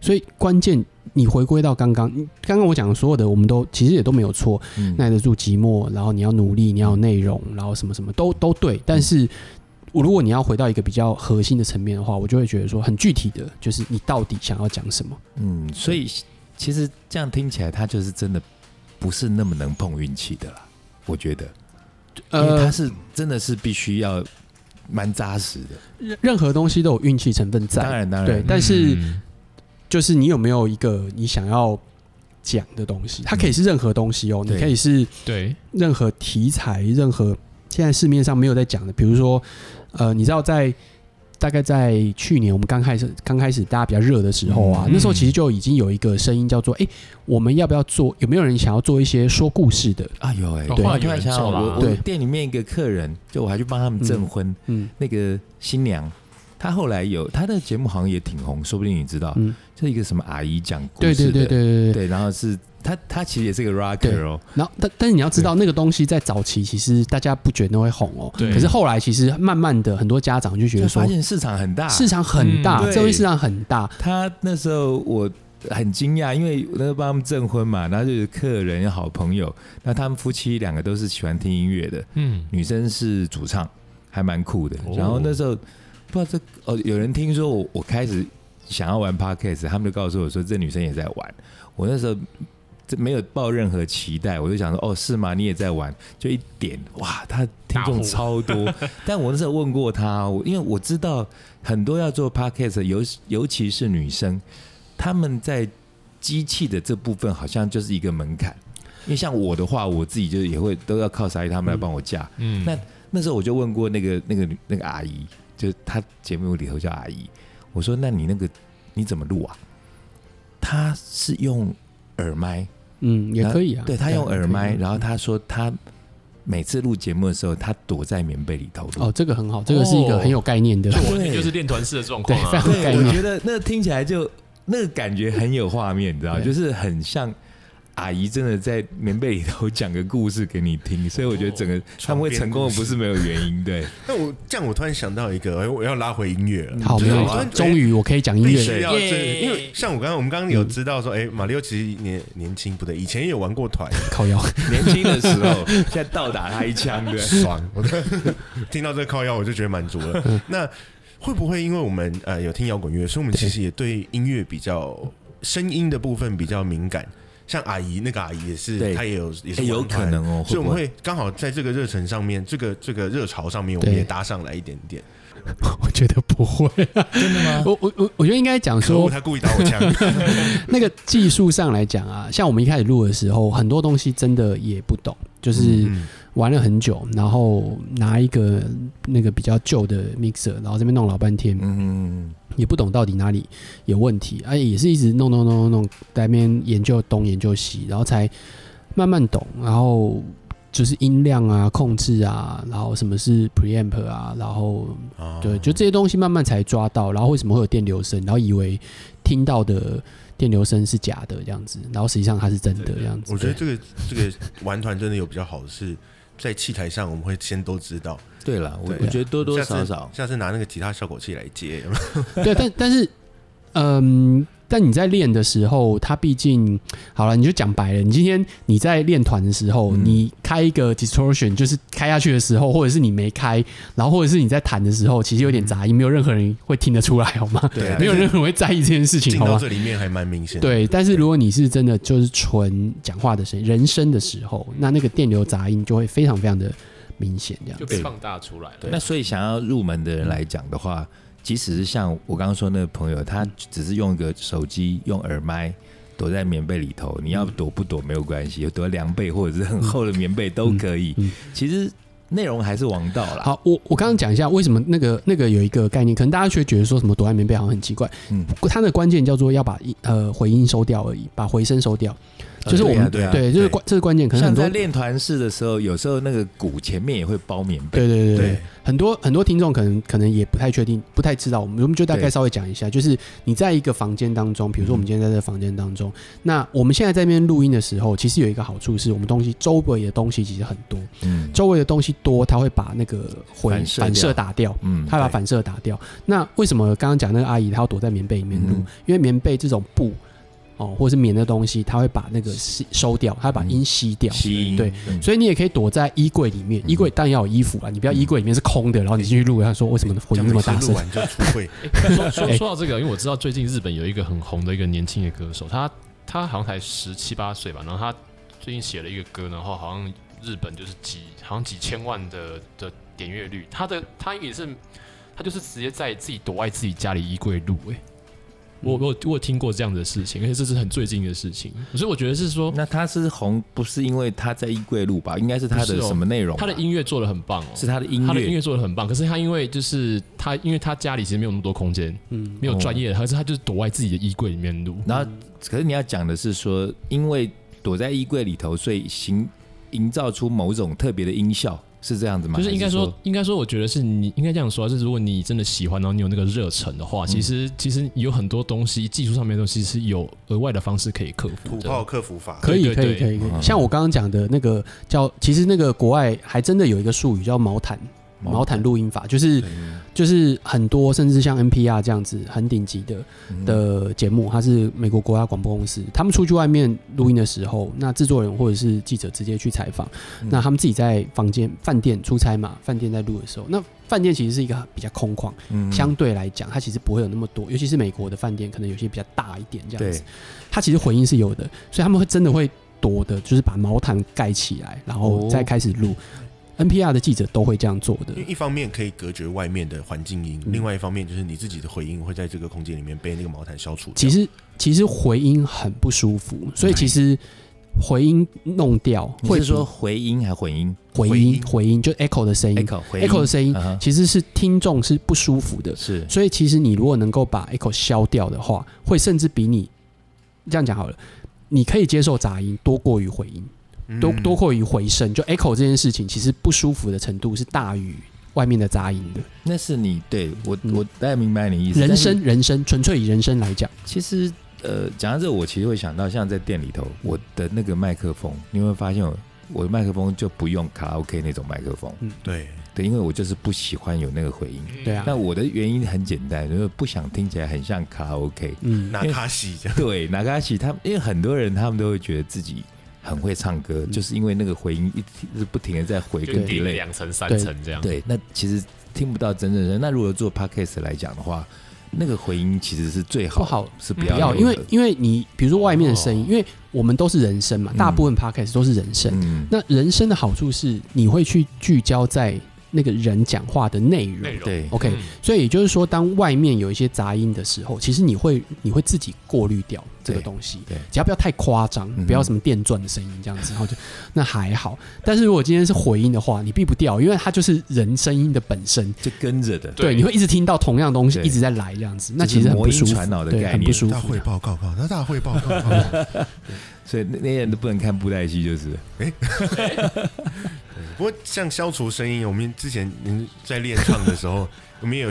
Speaker 4: 所以关键，你回归到刚刚，刚刚我讲的所有的，我们都其实也都没有错，
Speaker 3: 嗯
Speaker 4: 耐得住寂寞，然后你要努力，你要有内容，然后什么什么都都对。但是，我如果你要回到一个比较核心的层面的话，我就会觉得说，很具体的就是你到底想要讲什么。
Speaker 3: 嗯，所以其实这样听起来，他就是真的不是那么能碰运气的啦。我觉得，因为他
Speaker 4: 呃，
Speaker 3: 是真的是必须要蛮扎实的。
Speaker 4: 任任何东西都有运气成分在，
Speaker 3: 当然，当然，
Speaker 4: 对，但是
Speaker 2: 嗯
Speaker 4: 就是你有没有一个你想要讲的东西？它可以是任何东西哦，
Speaker 3: 对
Speaker 4: 你可以是
Speaker 2: 对，
Speaker 4: 任何题材，任何现在市面上没有在讲的，比如说，呃，你知道在大概在去年我们刚开始刚开始大家比较热的时候啊，
Speaker 2: 嗯
Speaker 4: 那时候其实就已经有一个声音叫做，哎、我们要不要做？有没有人想要做一些说故事的？
Speaker 3: 啊，有哎、
Speaker 2: 哦
Speaker 3: 对，
Speaker 2: 后
Speaker 3: 我
Speaker 2: 来有
Speaker 3: 突然
Speaker 2: 人
Speaker 3: 想到，
Speaker 2: 做啦
Speaker 3: 我我
Speaker 4: 对
Speaker 3: 店里面一个客人，就我还去帮他们证婚，
Speaker 4: 嗯
Speaker 3: 那个新娘，她后来有她的节目好像也挺红，说不定你知道，
Speaker 4: 嗯，
Speaker 3: 就是一个什么阿姨讲故
Speaker 4: 对
Speaker 3: 事
Speaker 4: 对
Speaker 3: 的，
Speaker 4: 对对对对。
Speaker 3: 对然后是她她其实也是个 rocker 哦，
Speaker 4: 然后，但但是你要知道，那个东西在早期其实大家不觉得会红哦，
Speaker 2: 对
Speaker 4: 可是后来其实慢慢的，很多家长就觉
Speaker 3: 就
Speaker 4: 得说
Speaker 3: 发，现市场很大。
Speaker 4: 市场很
Speaker 2: 嗯
Speaker 4: 大，
Speaker 3: 对
Speaker 4: 这位市场很大，
Speaker 3: 她那时候我很惊讶，因为我那时候帮他们证婚嘛，然后就是客人好朋友，那他们夫妻两个都是喜欢听音乐的，
Speaker 2: 嗯，
Speaker 3: 女生是主唱，还蛮酷的
Speaker 2: 哦。
Speaker 3: 然后那时候不知道这哦，有人听说我我开始想要玩 podcast，他们就告诉我说这女生也在玩。我那时候这没有抱任何期待，我就想说哦是吗？你也在玩？就一点哇，他听
Speaker 2: 大户
Speaker 3: 众超 多。但我那时候问过他，我因为我知道很多要做 podcast，的尤尤其是女生，他们在机器的这部分好像就是一个门槛。因为像我的话，我自己就也会都要靠沙溢他们来帮我架，
Speaker 2: 嗯，
Speaker 3: 那那时候我就问过那个那个女那个阿姨，就是她节目里头叫阿姨，我说那你那个你怎么录啊？她是用耳麦，
Speaker 4: 嗯，也
Speaker 3: 然后
Speaker 4: 可以啊。
Speaker 3: 对她用耳麦，
Speaker 4: 也可以
Speaker 3: 然后她说她每次录节目的时候，她躲在棉被里头录。
Speaker 4: 哦，这个很好，这个是一个很有概念的，
Speaker 2: 就我
Speaker 3: 对
Speaker 2: 就是练团式的状 况
Speaker 4: 对非
Speaker 2: 啊
Speaker 4: 常，概
Speaker 3: 对，
Speaker 4: 念
Speaker 3: 我觉得那听起来就那个感觉很有画面，你知道，
Speaker 4: 对
Speaker 3: 就是很像。阿姨真的在棉被里头讲个故事给你
Speaker 4: 哦
Speaker 3: 听，所以我觉得整个他们会成功的不是没有原因，对，
Speaker 1: 那我这样，我突然想到一个，哎，我要拉回音乐了。
Speaker 4: 嗯好，
Speaker 1: 就
Speaker 4: 没
Speaker 1: 是
Speaker 4: 问
Speaker 1: 嗯我突然哎
Speaker 4: 题。终于我可以讲音
Speaker 1: 必
Speaker 4: 乐嗯
Speaker 1: 须
Speaker 4: 了，
Speaker 1: 要
Speaker 2: 耶
Speaker 1: 这，因为像我刚刚我们刚刚有知道说，哎、马里奥其实年年轻不对，以前也有玩过团，
Speaker 4: 靠腰。
Speaker 3: 年轻的时候，现在倒打他一枪，对，
Speaker 1: 爽！ 我听到这个靠腰，我就觉得满足 了。那会不会因为我们呃有听摇滚乐，所以我们其实也对音乐比较声音的部分比较敏感？像阿姨那个阿姨也是，
Speaker 3: 对
Speaker 1: 她也有也是
Speaker 3: 欸
Speaker 1: 玩
Speaker 3: 有
Speaker 1: 团
Speaker 3: 可能哦
Speaker 1: 所以我
Speaker 3: 会不
Speaker 1: 们
Speaker 3: 会
Speaker 1: 会刚好在这个热忱上面，这个这个热潮上面，我们
Speaker 4: 对
Speaker 1: 也搭上来一点点。
Speaker 4: 我觉得不会，
Speaker 3: 真的吗？
Speaker 4: 我我我我觉得应该讲
Speaker 1: 可恶，
Speaker 4: 说，
Speaker 1: 他故意打我 枪，
Speaker 4: 那个技术上来讲啊，像我们一开始录的时候，很多东西真的也不懂，就是
Speaker 1: 嗯
Speaker 4: 玩了很久，然后拿一个那个比较旧的 mixer，然后这边弄老半天，
Speaker 3: 嗯，
Speaker 4: 也不懂到底哪里有问题，哎、也是一直弄弄弄弄弄，在那边研究东研究西，然后才慢慢懂，然后就是音量啊、控制啊，然后什么是 preamp 啊，然后
Speaker 1: 哦
Speaker 4: 对，就这些东西慢慢才抓到，然后为什么会有电流声，然后以为听到的电流声是假的这样子，然后实际上它是真的这样子。
Speaker 1: 我觉得这
Speaker 4: 对
Speaker 1: 个这个玩团真的有比较好的是，在器材上我们会先都知道，
Speaker 3: 对了，我
Speaker 1: 对
Speaker 3: 我觉得多多
Speaker 1: 下次
Speaker 3: 少少，
Speaker 1: 下次拿那个吉他效果器来接，
Speaker 4: 对，但但是，嗯，但你在练的时候，它毕竟好了，你就讲白了，你今天你在练团的时候，
Speaker 3: 嗯
Speaker 4: 你开一个 distortion，就是开下去的时候，或者是你没开，然后或者是你在弹的时候，其实有点杂音，没有任何人会听得出来，好吗？
Speaker 1: 对啊
Speaker 4: 没有任何人会在意这件事情，
Speaker 1: 进
Speaker 4: 好
Speaker 1: 到
Speaker 4: 吗？
Speaker 1: 这里面还蛮明显的。
Speaker 4: 对，但是如果你是真的就是纯讲话的声音、人声的时候，那那个电流杂音就会非常非常的明显，这样
Speaker 2: 就被放大出来了。哎
Speaker 3: 那所以想要入门的人来讲的话，即使是像我刚刚说那个朋友，他只是用一个手机用耳麦。躲在棉被里头，你要躲不躲没有关系，躲凉被或者是很厚的棉被都可以。
Speaker 4: 嗯嗯
Speaker 3: 其实内容还是王道啦。
Speaker 4: 好，我我刚刚讲一下为什么那个那个有一个概念，可能大家却觉得说什么躲在棉被好像很奇怪，
Speaker 3: 嗯，
Speaker 4: 它的关键叫做要把一呃回音收掉而已，把回声收掉，就是我们、
Speaker 3: 对啊对啊
Speaker 4: 对，就是关这是关键，可能
Speaker 3: 像
Speaker 4: 很多
Speaker 3: 在练团式的时候，有时候那个鼓前面也会包棉被。
Speaker 4: 对对对对
Speaker 1: 对
Speaker 4: 很多很多听众可能可能也不太确定，不太知道，我们我们就大概
Speaker 3: 对嗯
Speaker 4: 稍微讲一下，就是你在一个房间当中，比如说我们今天在这个房间当中，那我们现在在这边录音的时候，其实有一个好处是我们东西周围的东西其实很多，
Speaker 3: 嗯
Speaker 4: 周围的东西多，它会把那个回
Speaker 3: 反射掉
Speaker 4: 反射打掉，
Speaker 3: 嗯
Speaker 4: 他把
Speaker 3: 对
Speaker 4: 反射打掉。那为什么刚刚讲那个阿姨她要躲在棉被里面录？
Speaker 3: 嗯
Speaker 4: 因为棉被这种布哦，或是棉的东西，它会把那个吸收掉，它会把音吸掉。
Speaker 3: 吸音
Speaker 4: 对，
Speaker 3: 嗯
Speaker 4: 所以你也可以躲在衣柜里面，衣柜当然要有衣服啦，你不要衣柜里面是空的，然后你进去录，他说为什么回音
Speaker 1: 讲
Speaker 4: 这么
Speaker 1: 每次
Speaker 4: 大
Speaker 1: 录
Speaker 4: 声？
Speaker 1: 完就出 会，
Speaker 2: 说说说到这个，因为我知道最近日本有一个很红的一个年轻的歌手，他他好像才十七八岁吧，然后他最近写了一个歌，然后好像日本就是几好像几千万的的点阅率，他的他也是他就是直接在自己躲在自己家里衣柜录，哎，我我我有听过这样的事情，而且这是很最近的事情，所以我觉得是说
Speaker 3: 那他是红，不是因为他在衣柜录吧？应该是他的
Speaker 2: 不是哦
Speaker 3: 什么内容吧？
Speaker 2: 他的音乐做的很棒哦，
Speaker 3: 是他的音
Speaker 2: 他的音
Speaker 3: 乐
Speaker 2: 乐做的很棒，可是他因为就是他，因为他家里其实没有那么多空间，
Speaker 4: 嗯，
Speaker 2: 没有专业的，可是他就是躲在自己的衣柜里面录。
Speaker 3: 然后，可是你要讲的是说，因为躲在衣柜里头，所以形营造出某种特别的音效，是这样子吗？
Speaker 2: 就是应该
Speaker 3: 还是
Speaker 2: 说，应该说，我觉得是你应该这样说，就是如果你真的喜欢，然后你有那个热忱的话，其
Speaker 3: 嗯
Speaker 2: 实其实有很多东西，技术上面的东西是有额外的方式可以克服
Speaker 1: 土
Speaker 2: 的。
Speaker 1: 炮克服法，
Speaker 4: 可以
Speaker 2: 对
Speaker 4: 可以
Speaker 2: 对对
Speaker 4: 可以可以
Speaker 3: 嗯。
Speaker 4: 像我刚刚讲的那个叫，其实那个国外还真的有一个术语叫毛毯。毛毯录音法就是就是很多，甚至像 NPR 这样子很顶级的
Speaker 3: 嗯
Speaker 4: 的节目，它是美国国家广播公司，他们出去外面录音的时候，那制作人或者是记者直接去采访，
Speaker 3: 嗯
Speaker 4: 那他们自己在房间饭店出差嘛，饭店在录的时候，那饭店其实是一个比较空旷，
Speaker 3: 嗯
Speaker 4: 相对来讲，它其实不会有那么多，尤其是美国的饭店，可能有些比较大一点这样子
Speaker 3: 对，
Speaker 4: 它其实回音是有的，所以他们会真的会躲的，就是把毛毯盖起来，然后
Speaker 3: 哦
Speaker 4: 再开始录。NPR 的记者都会这样做的
Speaker 1: 因为，一方面可以隔绝外面的环境音，
Speaker 4: 嗯
Speaker 1: 另外一方面就是你自己的回音会在这个空间里面被那个毛毯消除掉。
Speaker 4: 其实其实回音很不舒服，所以其实回音弄掉
Speaker 3: 你
Speaker 4: 会
Speaker 3: 是
Speaker 4: 比
Speaker 3: 说回音还混音
Speaker 4: 回
Speaker 1: 回
Speaker 4: 音
Speaker 1: 音
Speaker 4: 回音就 echo 的声音
Speaker 3: ？echo 回音
Speaker 4: echo 的声音
Speaker 3: 嗯哼
Speaker 4: 其实是听众是不舒服的，
Speaker 3: 是
Speaker 4: 所以其实你如果能够把 echo 消掉的话，会甚至比你这样讲好了，你可以接受杂音多过于回音，多
Speaker 1: 嗯
Speaker 4: 多过于回声，就 echo 这件事情其实不舒服的程度是大于外面的杂音的。
Speaker 3: 那是你对我
Speaker 4: 嗯
Speaker 3: 我大概明白你意思。
Speaker 4: 人
Speaker 3: 但是
Speaker 4: 生人生纯粹以人生来讲，
Speaker 3: 其实呃，讲到这，我其实会想到，像在店里头，我的那个麦克风，你会发现我我的麦克风就不用卡拉 OK 那种麦克风，
Speaker 1: 对，
Speaker 3: 对，因为我就是不喜欢有那个回音。
Speaker 4: 对啊
Speaker 3: 那我的原因很简单，就是不想听起来很像卡拉 OK。
Speaker 4: 嗯，
Speaker 1: 纳卡西这样，
Speaker 3: 对，拿卡西他们，因为很多人他们都会觉得自己很会唱歌，
Speaker 4: 嗯
Speaker 3: 就是因为那个回音一直一直不停的在回
Speaker 2: 就
Speaker 3: 跟
Speaker 2: 顶
Speaker 3: delay。
Speaker 2: 两层三
Speaker 4: 对
Speaker 2: 层这样。
Speaker 3: 对，那其实听不到真正的声。那如果做 podcast 来讲的话，那个回音其实是最好，
Speaker 4: 不好
Speaker 3: 是不
Speaker 2: 嗯
Speaker 3: 要
Speaker 4: 不
Speaker 3: 有
Speaker 4: 要，
Speaker 3: 的，哦
Speaker 4: 因为因为你比如说外面的声音，因为我们都是人声嘛，
Speaker 3: 嗯
Speaker 4: 大部分 podcast 都是人声。
Speaker 3: 嗯，
Speaker 4: 那人声的好处是，你会去聚焦在那个人讲话的内容。
Speaker 2: 内容
Speaker 3: 对
Speaker 4: OK，、
Speaker 2: 嗯
Speaker 4: 所以也就是说，当外面有一些杂音的时候，其实你会你会自己过滤掉这个
Speaker 3: 对
Speaker 4: 东西，
Speaker 3: 对嗯
Speaker 4: 只要不要太夸张
Speaker 3: 哼，
Speaker 4: 不要什么电钻的声音这样子，然后就那还好。但是如果今天是回音的话，你避不掉，因为它就是人声音的本身，
Speaker 3: 就跟着的，
Speaker 2: 对
Speaker 4: 对，你会一直听到同样的东西
Speaker 3: 对
Speaker 4: 一直在来这样子，那
Speaker 3: 这是
Speaker 4: 其实很
Speaker 3: 魔
Speaker 4: 不
Speaker 3: 音
Speaker 4: 舒服，
Speaker 3: 传脑的
Speaker 4: 对，
Speaker 3: 概
Speaker 4: 很不
Speaker 3: 念
Speaker 4: 舒
Speaker 1: 大
Speaker 4: 服
Speaker 1: 会。报告告，那大会报告告。
Speaker 3: 所以那那些人都不能看布袋戏，就是
Speaker 1: 不过像消除声音，我们之前您在练唱的时 候，我们也有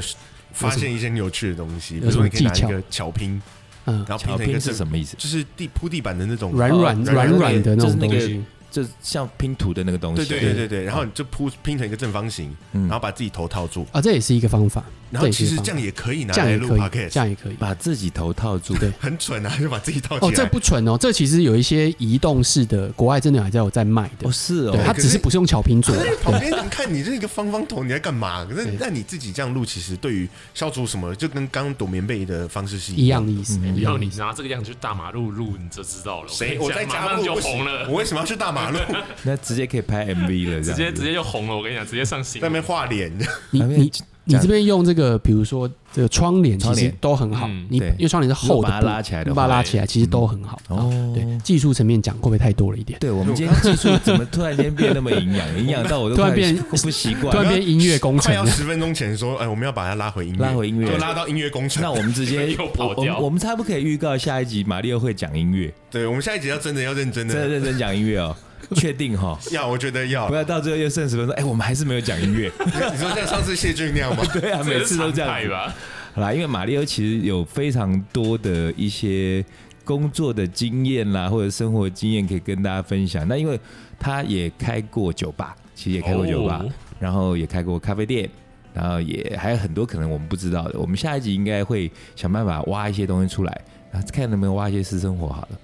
Speaker 1: 发现一些很有趣的东西，比
Speaker 4: 有
Speaker 1: 如
Speaker 4: 什
Speaker 1: 说
Speaker 4: 么
Speaker 1: 你可以拿
Speaker 4: 技
Speaker 1: 一
Speaker 4: 巧
Speaker 1: 个巧拼，
Speaker 4: 嗯，
Speaker 1: 然后哦拼
Speaker 3: 巧
Speaker 1: 成一
Speaker 3: 拼
Speaker 1: 个
Speaker 3: 是
Speaker 1: 正
Speaker 3: 什么意思？
Speaker 1: 就是地铺地板的那种，
Speaker 4: 软软
Speaker 1: 哦软
Speaker 4: 软软的那种东
Speaker 3: 就是
Speaker 4: 西，
Speaker 3: 就是像拼图的那个东西
Speaker 1: 对
Speaker 3: 啊，
Speaker 1: 对对对
Speaker 4: 嗯
Speaker 1: 对，然后你就铺拼成一个正方形，
Speaker 3: 嗯
Speaker 1: 然后把自己头套住，
Speaker 4: 啊，这也是一个方法，
Speaker 1: 然后
Speaker 4: 这也
Speaker 1: 其
Speaker 4: 是
Speaker 1: 实
Speaker 4: 一个方
Speaker 1: 这
Speaker 4: 法
Speaker 1: 样也可以拿
Speaker 4: 这样
Speaker 1: 来
Speaker 4: 也
Speaker 1: 录
Speaker 4: 可以，这
Speaker 1: podcast，
Speaker 4: 样也可以。
Speaker 3: 把自己头套住，
Speaker 4: 对
Speaker 1: 很蠢啊，就把自己套
Speaker 4: 哦，
Speaker 1: 起
Speaker 4: 这
Speaker 1: 来
Speaker 4: 不。蠢哦，这其实有一些移动式的，国外真的还在有在卖的
Speaker 3: 哦，，是哦
Speaker 4: 对，，它
Speaker 1: 哎可
Speaker 4: 只是
Speaker 1: 是
Speaker 4: 不是用巧拼做
Speaker 1: 可
Speaker 4: 的
Speaker 1: 是，旁边人看你这一个方方头，你在干嘛？可是
Speaker 4: 对
Speaker 1: 那你自己这样录，其实对于消除什么，就跟刚躲棉被的方式是
Speaker 4: 一
Speaker 1: 一样。
Speaker 4: 样的意思。
Speaker 3: 嗯
Speaker 4: 一
Speaker 2: 然后
Speaker 4: 样的
Speaker 2: 你
Speaker 4: 意思
Speaker 2: 拿这个样子去大马路录，你就知道了。
Speaker 1: 谁？
Speaker 2: 我
Speaker 1: 我
Speaker 2: 跟
Speaker 1: 在
Speaker 2: 你讲
Speaker 1: 家
Speaker 2: 马
Speaker 1: 录
Speaker 2: 上就
Speaker 1: 不行
Speaker 2: 红了，
Speaker 1: 我为什么要去大马 路？
Speaker 3: 那直接可以拍 MV 了，这
Speaker 2: 直
Speaker 3: 样
Speaker 2: 接直
Speaker 3: 接
Speaker 2: 接就红了。我跟你讲，直接上新
Speaker 1: 在那
Speaker 2: 闻。
Speaker 1: 边画脸，
Speaker 4: 你你你这边用这个，比如说这个窗帘，其
Speaker 3: 窗
Speaker 4: 实
Speaker 3: 帘
Speaker 4: 都很好
Speaker 2: 嗯。
Speaker 4: 你
Speaker 3: 对
Speaker 4: 因为窗帘是厚
Speaker 3: 如
Speaker 4: 的
Speaker 3: 果把它
Speaker 4: 布
Speaker 3: 拉起来的话
Speaker 4: 把它拉起来其实都很好。
Speaker 3: 嗯
Speaker 4: 啊
Speaker 3: 哦
Speaker 4: 对，技术层面讲会不会太多了一点？
Speaker 3: 对我们今天技术怎么突然间变那么营养，营养到我都
Speaker 4: 突然
Speaker 3: 快
Speaker 4: 变
Speaker 3: 不习
Speaker 4: 突然
Speaker 3: 惯。
Speaker 4: 变音乐工程
Speaker 1: 快要
Speaker 4: 了，
Speaker 1: 十分钟前说，哎，我们要把它拉回音乐，
Speaker 3: 拉回音乐
Speaker 1: 就拉到音乐工程。
Speaker 3: 那我们直接
Speaker 2: 又
Speaker 3: 我
Speaker 2: 跑
Speaker 3: 我
Speaker 2: 掉
Speaker 3: 们我们差不多可以预告下一集马里奥会讲音乐，
Speaker 1: 对，我们下一集要真的要认真
Speaker 3: 真的
Speaker 1: 的，
Speaker 3: 认真讲音乐 哦，确定哈，
Speaker 1: 要我觉得要
Speaker 3: 不。要到最后又剩十分钟，哎，我们还是没有讲音 乐，
Speaker 1: 你说像上次谢俊那样 吗？
Speaker 3: 对啊，
Speaker 2: 这
Speaker 3: 每
Speaker 2: 是
Speaker 3: 次都这
Speaker 2: 常
Speaker 3: 样
Speaker 2: 态
Speaker 3: 子。
Speaker 2: 吧？
Speaker 3: 好啦，因为马里欧其实有非常多的一些工作的经验啦，或者生活经验可以跟大家分享。那因为他也开过酒吧，其实也开过酒吧，
Speaker 2: 哦
Speaker 3: 然后也开过咖啡店，然后也还有很多可能我们不知道的。我们下一集应该会想办法挖一些东西出来，然后看能不能挖一些私生活好了。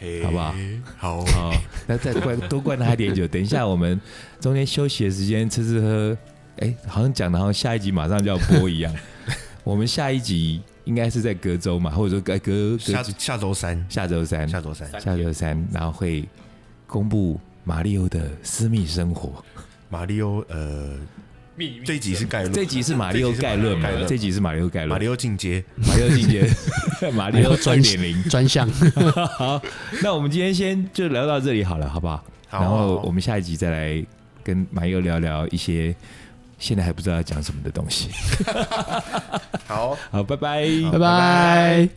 Speaker 1: 嘿
Speaker 3: 好不好？
Speaker 1: 好，
Speaker 3: 哦， 那再灌多灌他一点酒。等一下我们中间休息的时间吃吃喝，哎、好像讲的好像下一集马上就要播一 样。我们下一集应该是在隔周嘛，或者说隔隔隔
Speaker 1: 下下周三，
Speaker 3: 下周三，
Speaker 1: 下周三，
Speaker 3: 下周三，然后会公布马里欧的私密生活。
Speaker 1: 马里欧呃
Speaker 2: 秘密
Speaker 1: 这一集是概论，
Speaker 3: 这一集是马里奥概论嘛
Speaker 1: 概？论
Speaker 3: 这一集是马里奥概论，
Speaker 1: 马里奥进阶，
Speaker 3: 马里奥进阶，马里奥专点零。
Speaker 4: 专项。
Speaker 3: 好，那我们今天先就聊到这里好了，好不好？啊
Speaker 1: 好
Speaker 3: 然
Speaker 1: 好
Speaker 3: 后
Speaker 1: 好
Speaker 3: 我们下一集再来跟马友聊聊一些现在还不知道要讲什么的东西。
Speaker 1: 好。
Speaker 3: 好，拜拜。
Speaker 4: 拜拜。